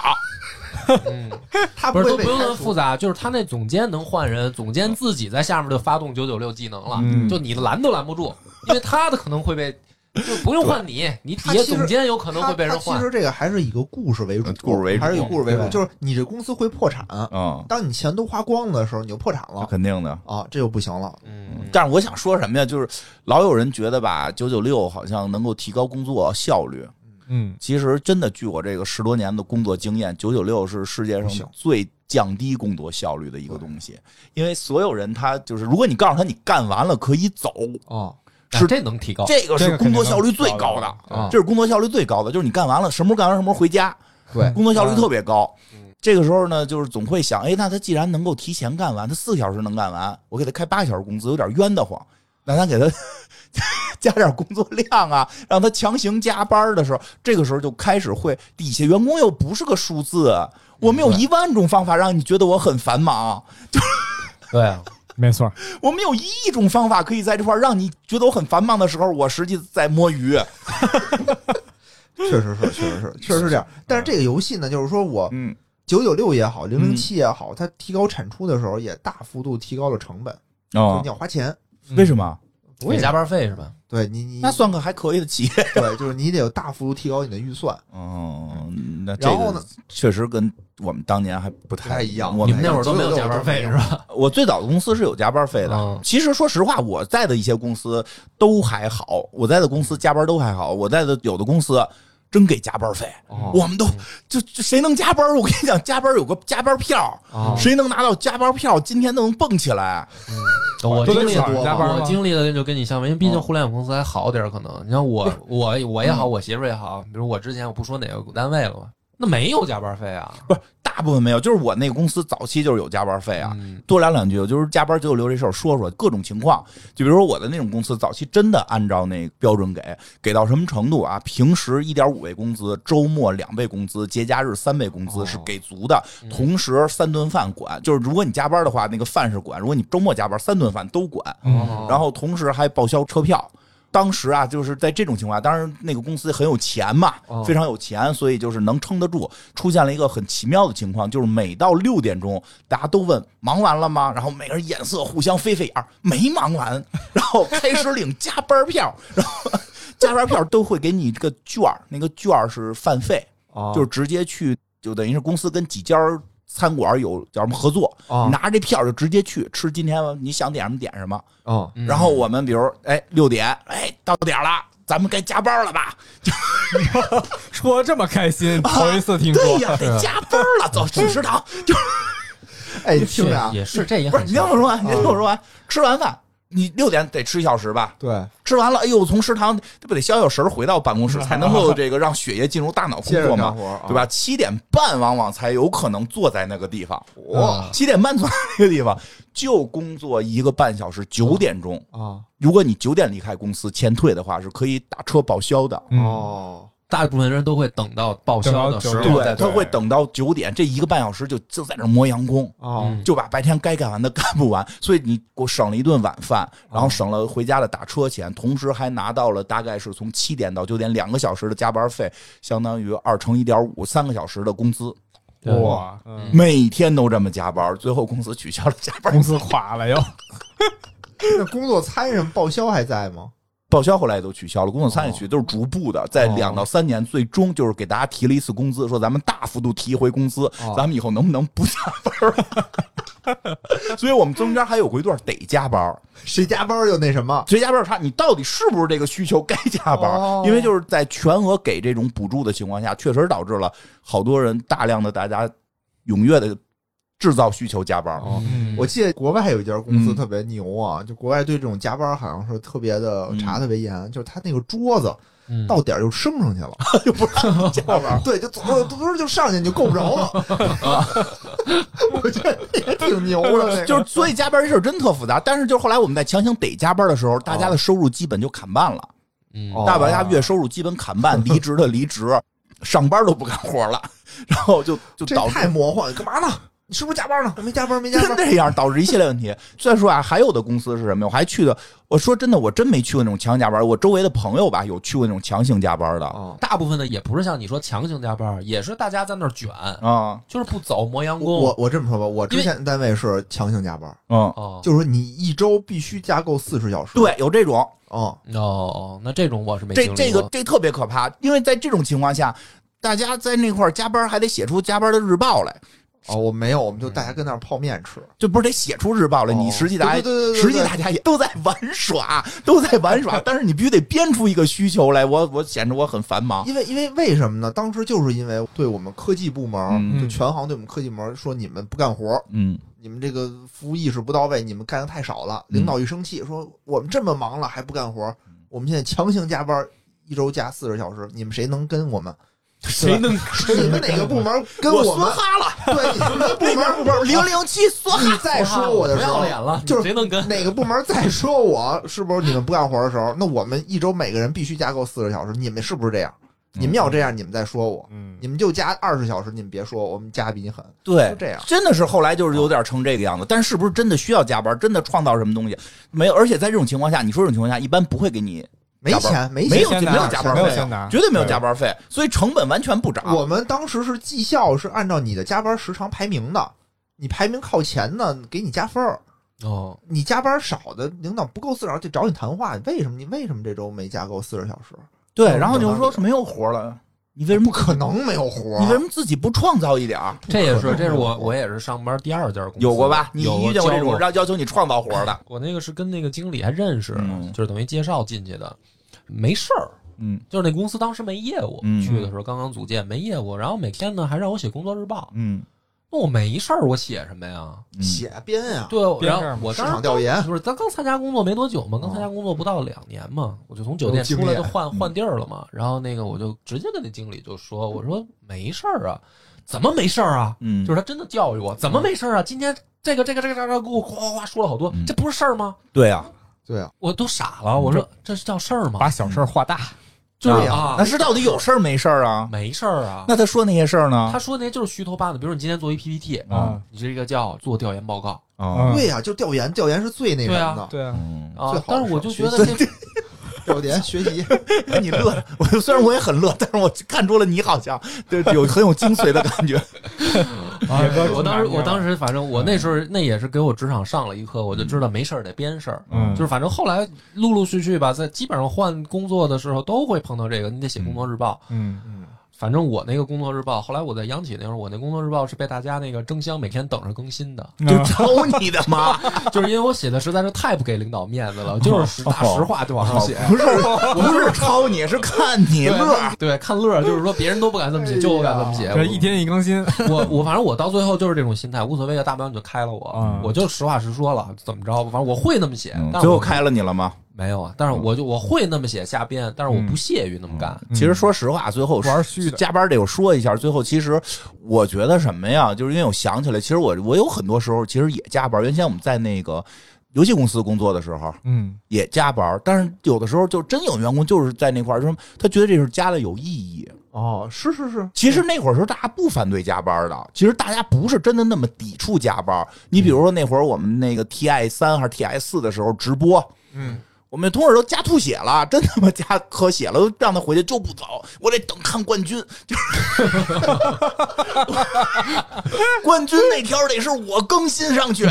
嗯他不是会都被不用那开么除复，杂，就是他那总监能换人，总监自己在下面就发动九九六技能了，嗯就你拦都拦不住，因为他的可能会被，就不用换你，你底下总监有可能会被人他他换其。实这个还是以一个故事为主嗯，故事为主还是以故事为主，对就是你这公司会破产。嗯，当你钱都花光了的时候，你就破产那了肯定的。啊，这就不行了。嗯，但是我想说什么呀？就是老有人觉得吧，九九六好像能够提高工作效率。嗯，其实真的，据我这个十多年的工作经验，九九六是世界不行上最降低工作效率的一个东西。因为所有人他就是，如果你告诉他你干完了可以走，啊，但是哎哦这能提高，这个这是个肯工定作效率最能高的高的，啊这是工作效率最高的，就是你干完了什么时候干完什么时候回家，对工作效率特别高嗯。这个时候呢，就是总会想，哎，那他既然能够提前干完，他四个小时能干完，我给他开八个小时工资，有点冤得慌。那咱给他 加点工作量啊，让他强行加班的时候，这个时候就开始会底下员工又不是个数字，我们有一万种方法让你觉得我很繁忙，对啊，没错，我们有一亿种方法可以在这块儿让你觉得我很繁忙的时候，我实际在摸鱼。确实 是，确实是，确实是这样。但是这个游戏呢，就是说我嗯，九九六也好，零零七也好，它提高产出的时候也大幅度提高了成本，就是哦你，要花钱。为什么？不给会加班费是吧？对你你嗯那算个还可以的企业。对，就是你得有大幅度提高你的预算。哦，那这然后个呢确实跟我们当年还不不太太一样我你们们那会儿都没有加班费是吧？我最早的公司是有加班费的嗯。其实说实话，我在的一些公司都还好，我在的公司加班都还好，我在的有的公司。真给加班费，哦我们都就就谁能加班？我跟你讲，加班有个加班票，谁能拿到加班票，今天都能蹦起来。我都经得历早上加班吗我经历的就跟你相反，因为毕竟互联网公司还好点儿，可能你像我我我也好，我媳妇儿也好，比如我之前我不说哪个单位了嘛，那没有加班费啊，不是大部分没有，就是我那个公司早期就是有加班费啊。嗯多聊两句，就是加班九九六这事儿说说各种情况。就比如说我的那种公司，早期真的按照那个标准给，给到什么程度啊？平时一点五倍工资，周末两倍工资，节假日三倍工资是给足的，同时三顿饭管。就是如果你加班的话，那个饭是管；如果你周末加班，三顿饭都管。哦哦嗯然后同时还报销车票。当时啊，就是在这种情况下，当然那个公司很有钱嘛，非常有钱，所以就是能撑得住。出现了一个很奇妙的情况，就是每到六点钟，大家都问忙完了吗？然后每个人眼色互相飞飞眼儿，没忙完， 然后开始领加班票，然后 加班票都会给你这个券儿，那个券儿是饭费，就是直接去，就等于是公司跟几家儿餐馆有叫什么合作，啊拿着这票就直接去吃，今天你想点什么点什么。啊，嗯然后我们比如哎六点哎到点儿了，咱们该加班了吧？说得这么开心，头一次听对说，呀，得加班了，走进食堂。就哎，你听着啊，也是这也不是很你听我说完，你听我说完，吃完饭你六点得吃一小时吧？对，吃完了，哎呦，从食堂这不得消消食儿回到办公室，才能够这个让血液进入大脑工接着作干嘛，活啊对吧？七点半往往才有可能坐在那个地方，嗯哇七点半坐在那个地方就工作一个半小时，九点钟。啊如果你九点离开公司前退的话，是可以打车报销的。嗯哦，大部分人都会等到报销的时等候到九再点做他会等到九点，这一个半小时就就在那儿磨洋工，哦，嗯就把白天该干完的干不完，所以你给我省了一顿晚饭，然后省了回家的打车钱，同时还拿到了大概是从七点到九点两个小时的加班费，相当于二乘一点五三个小时的工资。对哇，嗯每天都这么加班，最后公司取消了加班， 公司垮了又。那工作餐什么报销还在吗？报销后来也都取消了，工作餐也取，都是逐步的，在两到三年，最终就是给大家提了一次工资，说咱们大幅度提一回工资，咱们以后能不能不加班儿？ 所以我们中间还有过一段得加班儿，谁加班又那什么？谁加班儿差，你到底是不是这个需求该加班儿？哦因为就是在全额给这种补助的情况下，确实导致了好多人大量的大家踊跃的制造需求加班儿。嗯我记得国外有一家公司嗯特别牛啊，就国外对这种加班好像是特别的查特别严，就是他那个桌子嗯到点儿就升上去了，就不让加班，对，就走，不是就上去你就够不着了。我觉得也挺牛的，那个就是所以加班这事儿真特复杂，但是就是后来我们在强行得加班的时候，大家的收入基本就砍半了，嗯哦大白家月收入基本砍半，离职的离职，上班都不干活了， 然后就就这导致太魔幻，了，干嘛呢？你是不是加班呢？我没加班， 没加真班。 这样导致一系列问题。 再说啊，还有的公司是什么呀？我还去的，我说真的，我真没去过那种强行加班。我周围的朋友吧，有去过那种强行加班的啊、哦大部分的也不是像你说强行加班，也是大家在那儿卷，嗯啊就是不走磨洋工。我我这么说吧，我因之为前单位是强行加班，嗯，哦，就是说你一周必须加够四十小时。，对，有这种，哦，哦哦，那这种我是没这经历这个过这特别可怕，因为在这种情况下，大家在那块儿加班还得写出加班的日报来。哦，我没有，我们就大家跟那儿泡面吃。就不是得写出日报来，哦你实际大家对对对对对实际大家也都在玩耍， 都在 玩耍，但是你必须得编出一个需求来，我我显得我很繁忙。因为因为为什么呢？当时就是因为对我们科技部门，嗯就全行对我们科技部门说你们不干活，嗯，你们这个服务意识不到位，你们干的太少了。嗯领导一生气说我们这么忙了还不干活，我们现在强行加班，一周加四十小时，你们谁能跟我们？谁能是你们哪个部门跟我哎梭们？哈 了，对，你们部 门 部门零零七梭哈你再说我的时不候要脸了，就是谁能跟？哪个部门再说我是不是你们不干活的时候，那我们一周每个人必须加够四十小时，你们是不是这样？你们要这样，你们再说我，嗯你们就加二十小时，你们别说我，我们加比你狠，对就，这样。真的是后来就是有点成这个样子，但是不是真的需要加班，真的创造什么东西没有？而且在这种情况下，你说这种情况下一般不会给你，没加班钱，没钱没有。先拿没有加班啊没有啊费先拿，绝对没有加班费，所以成本完全不涨。我们当时是绩效是按照你的加班时长排名的，你排名靠前呢，给你加分儿。哦，你加班少的，领导不够四十小时就找你谈话，为什么你为什么这周没加够四十小时？对，然后就说是没有活了，你为什么不可？能没有活儿，啊你为什么自己不创造一点儿？这也是，这是我我也是上班第二家公司，有过吧？你有遇见过这交种让要求你创造活的？我那个是跟那个经理还认识，嗯就是等于介绍进去的，没事儿。嗯就是那公司当时没业务，嗯去的时候刚刚组建没业务，然后每天呢还让我写工作日报，嗯，那我没事儿我写什么呀？写编呀、对，编然这儿嘛后我市当哦时场调研，不是咱刚参加工作没多久嘛，刚参加工作不到两年嘛，我就从酒店有经出来就验换换地儿了嘛。然后那个我就直接跟那经理就说：“我说没事儿啊，怎么没事儿啊？嗯就是他真的教育我，怎么没事儿啊？今天这个这个这个这个给我哗哗哗说了好多，这不是事儿吗？对啊，对啊，我都傻了，我说这是叫事儿吗把？小事儿化大，就是对呀啊那，是到底有事儿没事儿啊？没事儿啊。那他说那些事儿呢？他说那些就是虚头巴脑，比如你今天做一 PPT 啊，你这个叫做调研报告啊，对呀、就调研，调研是最那什么的，对啊，嗯啊最好，但的是我事就儿觉得这啊调研学习。哎你乐，我 虽然我也很乐，但是我看出了你好像对有很有精髓的感 觉。哎我当时，出来我当时，反正我那时候那也是给我职场上了一课，我就知道没事儿得编事儿。嗯就是反正后来陆陆续续吧，在基本上换工作的时候都会碰到这个，你得写工作日报。嗯反正我那个工作日报，后来我在央企那会儿，我那工作日报是被大家那个争相每天等着更新的， 嗯，就操你的妈！就是因为我写的实在是太不给领导面子 了，就是实打实话就往上写。不是 不是抄你，是看你对乐。对，看乐儿，就是说别人都不敢这 么写，就我敢这么写。这一天一更新，我我反正我到最后就是这种心态，无所谓的，啊大不了你就开了我，嗯我就实话实说了，怎么着吧，反正我会那么写，但是嗯最我后嗯开了你了嗯吗？没有啊，但是我就我会那么写瞎编，但嗯是我不屑于那么干。其实说实话，最后玩虚的加班得有说一下。最后其实我觉得什么呀，就是因为我想起来，其实我我有很多时候其实也加班。原先我们在那个游戏公司工作的时候嗯，也加班，但是有的时候就真有员工就是在那块儿，就是他觉得这是加的有意义。哦，是是是，其实那会儿时候大家不反对加班的，其实大家不是真的那么抵触加班。你比如说那会儿我们那个 TI 三还是 TI 四的时候直播，嗯，我们同事都加吐血了，真他妈加咳血了，都让他回去就不走，我得等看冠军，就是 冠军那条得是我更新上去，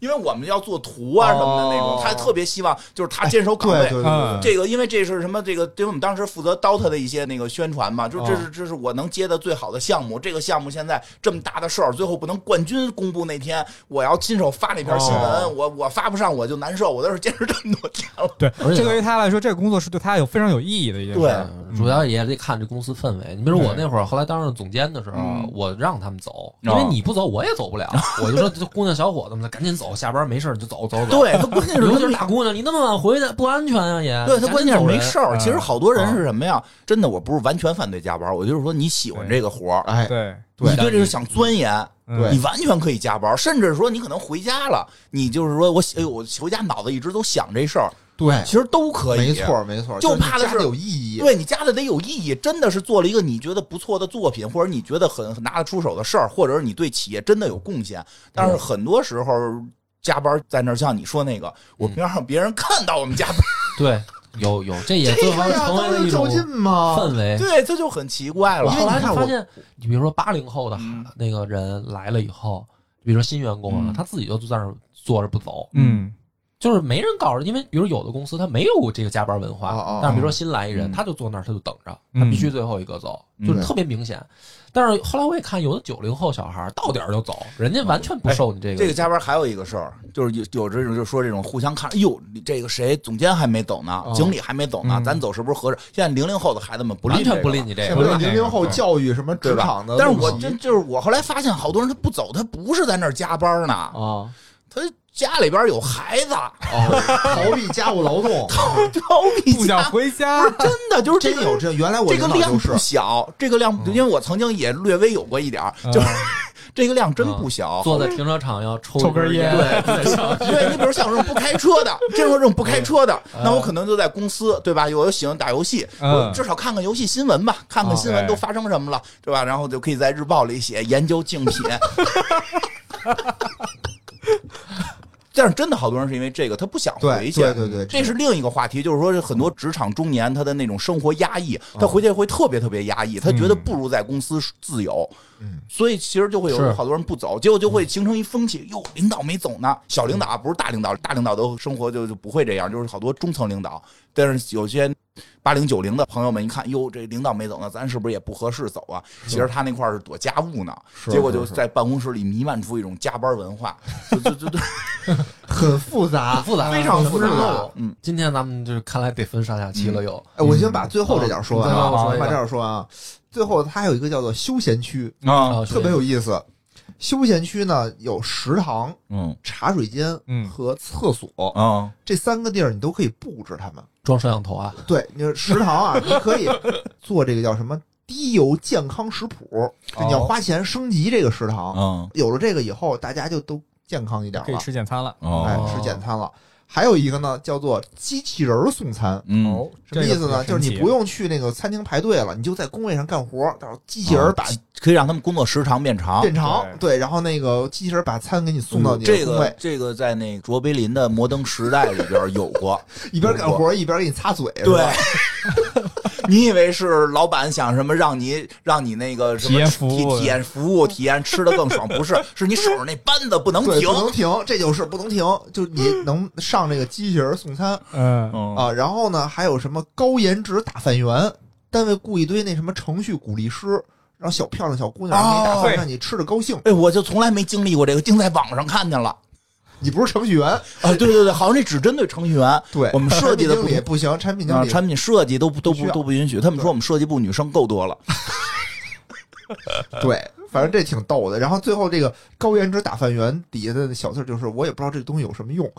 因为我们要做图啊什么的那种，哦他特别希望就是他坚守岗位，对对对对，嗯这个因为这是什么？这个对于我们当时负责 DOTA 的一些那个宣传嘛，就这哦是这是我能接的最好的项目。这个项目现在这么大的事儿，最后不能冠军公布那天，我要亲手发那篇新闻，哦我我发不上我就难受。我都是坚持这么多天了，对，而且这个对于他来说，这个工作是对他有非常有意义的一件事。对嗯主要也得看这公司氛围。你比如我那会儿后来当上总监的时候，嗯我让他们哦走，因为你不走我也走 不了。我就说这姑娘小伙子们赶紧走，下班没事儿就走走走。 对他关键是尤他其是大姑娘，你那么晚回来不安全啊也。对赶他紧关键是走人没事儿。嗯其实好多人是什么呀？真的，我不是完全反对加班，我就是说你喜欢这个活儿，哎，对你对这个想钻研。嗯对你完全可以加班，甚至说你可能回家了，你就是说我哎呦，我回家脑子一直都想这事儿，对，其实都可以，没错没错，就是怕的加是有意义，对你加的得有意义，真的是做了一个你觉得不错的作品，或者你觉得很很拿得出手的事儿，或者是你对企业真的有贡献。但是很多时候加班在那儿，像你说那个，我们要让别人看到我们加班，对，有有，这也最这好个呀，成为当了一然种较劲嘛，氛围。 对，这就很奇怪我了。后来就因为你看我发现，你比如说八零后的嗯那个人来了以后，比如说新员工啊，他自己就在那儿坐着不走，嗯就是没人告诉，因为比如有的公司他没有这个加班文化，哦哦但是比如说新来一人，嗯他就坐那儿，他就等着，嗯他必须最后一个走，就是特别明显。但是后来我也看，有的九零后小孩儿到点儿就走，人家完全不受你这个。哎这个加班还有一个事儿，就是有有这种就是说这种互相看，哎呦，你这个谁总监还没走呢，经理还没走呢，嗯咱走是不是合适？现在零零后的孩子们不吝完全这不个吝你这现个，在零零后教育什么对职吧场？的但是陋习，我真就是我后来发现，好多人他不走，他不是在那儿加班呢，啊，他家里边有孩子，哦，逃避家务劳动， 逃避不想家，回家不是真的，就是这真个有这，原来我这个领导量就是不小，这个量，因为我曾经也略微有过一点儿，啊就是这个量真不小。坐在停车场要抽抽根烟对，对你比如像这种不开车的，这种这种不开车的，那我可能就在公司，对吧？有的喜欢打游戏，嗯我至少看看游戏新闻吧，看看新闻哦都发生什么了，对吧？然后就可以在日报里写研究竞品。但是真的好多人是因为这个，他不想回对去。对对对，这是另一个话题，就是说很多职场中年他的那种生活压抑，他回去会特别特别压抑，他觉得不如在公司自由，嗯，所以其实就会有好多人不走，结果就会形成一风气，哟，领导没走呢，小领导啊不是大领导，大领导都生活就就不会这样，就是好多中层领导，但是有些。八零九零的朋友们一看，哟，这领导没走呢，咱是不是也不合适走啊？其实他那块儿是躲家务呢，结果就在办公室里弥漫出一种加班文化，就就就就很复杂，啊复杂非常复杂是了的。嗯，今天咱们就是看来得分上下期了又。哎，我先把最后这点说嗯完啊，好好我先把好这点说完啊。最后它还有一个叫做休闲区，啊，啊特别有意思。休闲区呢有食堂、嗯茶水间嗯和厕所，啊，这三个地儿你都可以布置它们。装摄像头啊，对，你说食堂啊，你可以做这个叫什么低油健康食谱，就哦你要花钱升级这个食堂。嗯有了这个以后，大家就都健康一点可以了，吃简餐了。哦哎，吃简餐了。还有一个呢，叫做机器人儿送餐，嗯，哦，什么意思呢？就这个比较神是奇你不用去那个餐厅排队了，你就在工位上干活，到时候机器人哦儿把可以让他们工作时长变长。变长，对对，然后那个机器人儿把餐给你送到你啊嗯这的工个位，这个在那卓别林的《摩登时代》里边有 过，一边干活一边给你擦嘴，是对吧？。你以为是老板想什么让你让你那个什么体验服务体体验服务体验吃的更爽？不是，是你手上那扳子不能对，停不。能停，这就是不能停，就你能上这个机器人儿送餐嗯，嗯啊。然后呢，还有什么高颜值大饭员，单位雇一堆那什么程序鼓励师，让小漂亮小姑娘给你打哦饭，让你吃着高兴。哎，我就从来没经历过这个，净在网上看见了。你不是程序员，啊，对对对，好像这只针对程序员，对，我们设计的产不品经理不行，产品经啊，理产品设计都不都不需不要都不允许。他们说我们设计部女生够多了。对，嗯反正这挺逗的。然后最后这个高颜值打饭员底下的小字儿就是，我也不知道这东西有什么用，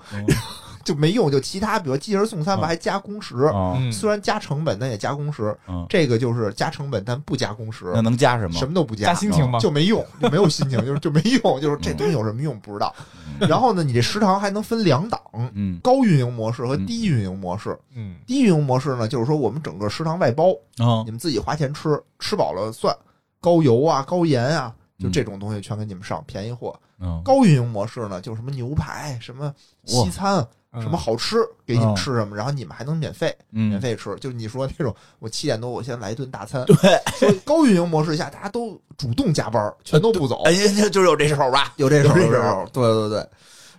就没用，就其他比如继而送餐吧，嗯还加工时，哦啊，嗯虽然加成本，但也加工时。嗯这个就是加成本，但不加工时，那能加什么？什么都不加，加心情吗？就没用，就没有心情，就是就没用，嗯就是这东西有什么用不知 道。然后呢，你这食堂还能分两档，嗯高运营模式和低运营模式。嗯低运营模式呢，就是说我们整个食堂外包，啊哦你们自己花钱吃，吃饱了算，高油啊、高盐啊，就这种东西全给你们上，便宜货。嗯高运营模式呢，就是什么牛排、什么西餐、嗯什么好吃，给你们吃什么，然后你们还能免费。免嗯费吃，就你说那种，我七点多我先来一顿大餐。对，所以高运营模式下，大家都主动加班，全都不走，哎呀，就就有这手吧，有这事儿，有这有事这儿事儿。对对对。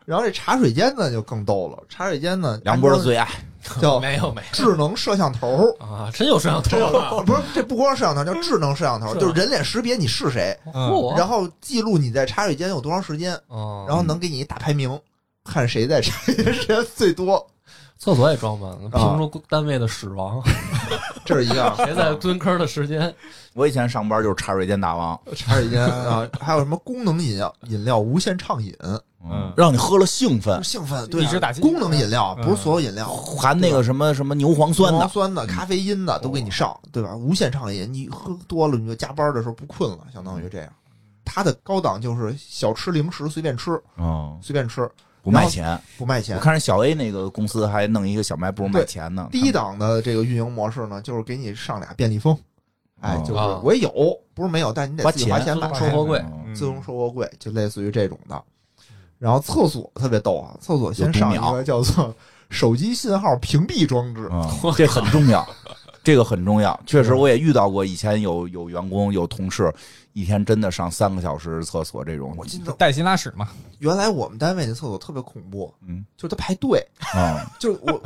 然后这茶水间呢就更逗了，茶水间呢，梁波的最爱， 叫没有没有智能摄像头，啊，真有摄像头啊！ 不是这不光是摄像头，叫智能摄像头，是吗就是人脸识别你是谁，嗯，然后记录你在茶水间有多长时间，哦然后能给你一大排名，看谁在茶水间时间最 多。厕所也装满了，啊评出单位的死亡，这是一个啊谁在蹲坑的时间？我以前上班就是茶水间大王，茶水间啊，还有什么功能饮料饮料无限畅饮，嗯让你喝了兴奋，兴奋，对啊、一直打鸡功能饮料，嗯不是所有饮料，含那个什么什么牛磺酸浓的，酸的、咖啡因的都给你上，对吧？无限畅饮，你喝多了你就加班的时候不困了，相当于这样。它的高档就是小吃零食随便吃，嗯，随便吃不卖钱。不卖我钱。看人小 A 那个公司还弄一个小卖部卖钱呢，低档的这个运营模式呢，就是给你上俩便利蜂，哎，哦就是啊我也有，不是没有，但你得花自己花钱买。收货柜嗯自动收货柜，就类似于这种的。然后厕所特别逗啊，厕所先有毒上一鸟个叫做手机信号屏蔽装置，嗯，这很重要，这个很重要。确实，我也遇到过，以前有有员工有同事一天真的上三个小时厕所这种，我记得带薪拉屎嘛，原来我们单位那厕所特别恐怖，嗯，就是它排队，啊，就是我，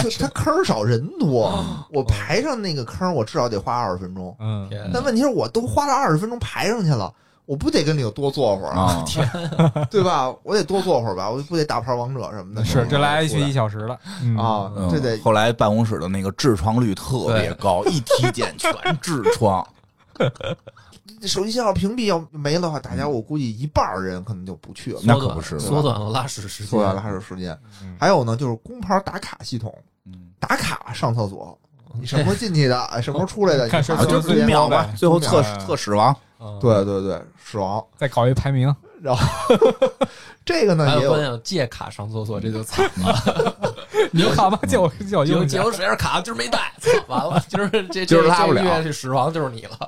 就它坑儿少人多，我排上那个坑儿，我至少得花二十分钟。嗯，天但问题是，我都花了二十分钟排上去了，我不得跟里头多坐会儿啊对吧？我得多坐会儿吧，我不得打牌王者什么的。是这来一去一下小时了，嗯啊，嗯这得后来办公室的那个痔疮率特别高，一体检全痔疮。手机信号屏蔽要没了的话，大嗯家我估计一半儿人可能就不去了。那可不是缩短了拉屎时间，缩短拉屎时间嗯。还有呢，就是工牌打卡系统，嗯打卡上厕所，你什么时候进去的，哎什么时候出来的，你嗯 看查谁多长是时间公庙哎呗啊最后测公庙测屎王，嗯，啊对对对，死亡。再搞一排名， 这还个呢也有有关键借卡上厕所，这就惨嗯了。 你 有卡吗？借我借我有用一借下我。水烟卡，今儿没带， 操，完了，今儿这今这儿拉不了这月这死亡就是你了。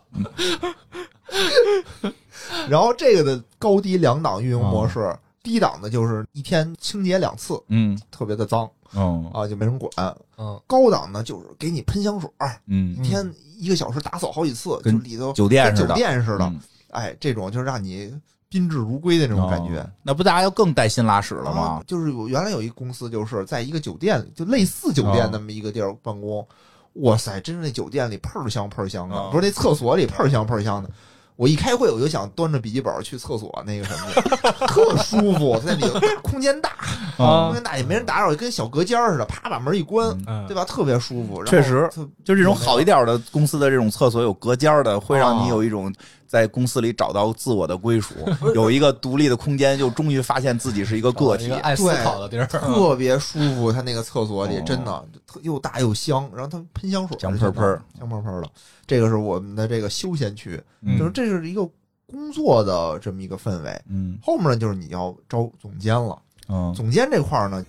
然后这个的高低两档运营啊模式，低档的就是一天清洁两次，嗯特别的脏嗯啊，就没人管。嗯，高档呢就是给你喷香水，嗯，一天一个小时打扫好几次，就跟里头酒店跟似酒的，店似的嗯，哎，这种就是让你宾至如归的那种感觉。哦那不大家就更带薪拉屎了啊吗？就是有原来有一公司，就是在一个酒店里，就类似酒店那么一个地儿办公。哇塞，真是那酒店里喷儿香喷儿香的，啊不是那厕所里喷儿香喷儿香的。我一开会，我就想端着笔记本去厕所那个什么 去，特舒服，在里头空间大，空哦啊间大也没人打扰，跟小隔间儿似的，啪把门一关，嗯对吧？特别舒服。然后确实特就这种好一点的公司的这种厕所有隔间的，会让啊你有一种在公司里找到自我的归属，有一个独立的空间，就终于发现自己是一个个一体个。爱思考的地 儿，特别舒服，他那个厕所里嗯哦真的特又大又香，然后他喷香水儿，香喷喷儿香喷喷儿的。这个是我们的这个休闲区，嗯就是这是一个工作的这么一个氛围。嗯后面呢，就是你要招总监了，嗯，总监这块儿呢，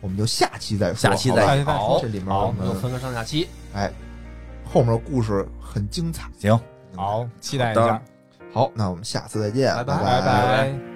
我们就下期再说，下期好吧再好聊。这里面好，我我嗯们就们分个上下期。后面故事很精彩。行，好，期待一好下的，好，那我们下次再见，拜拜拜拜拜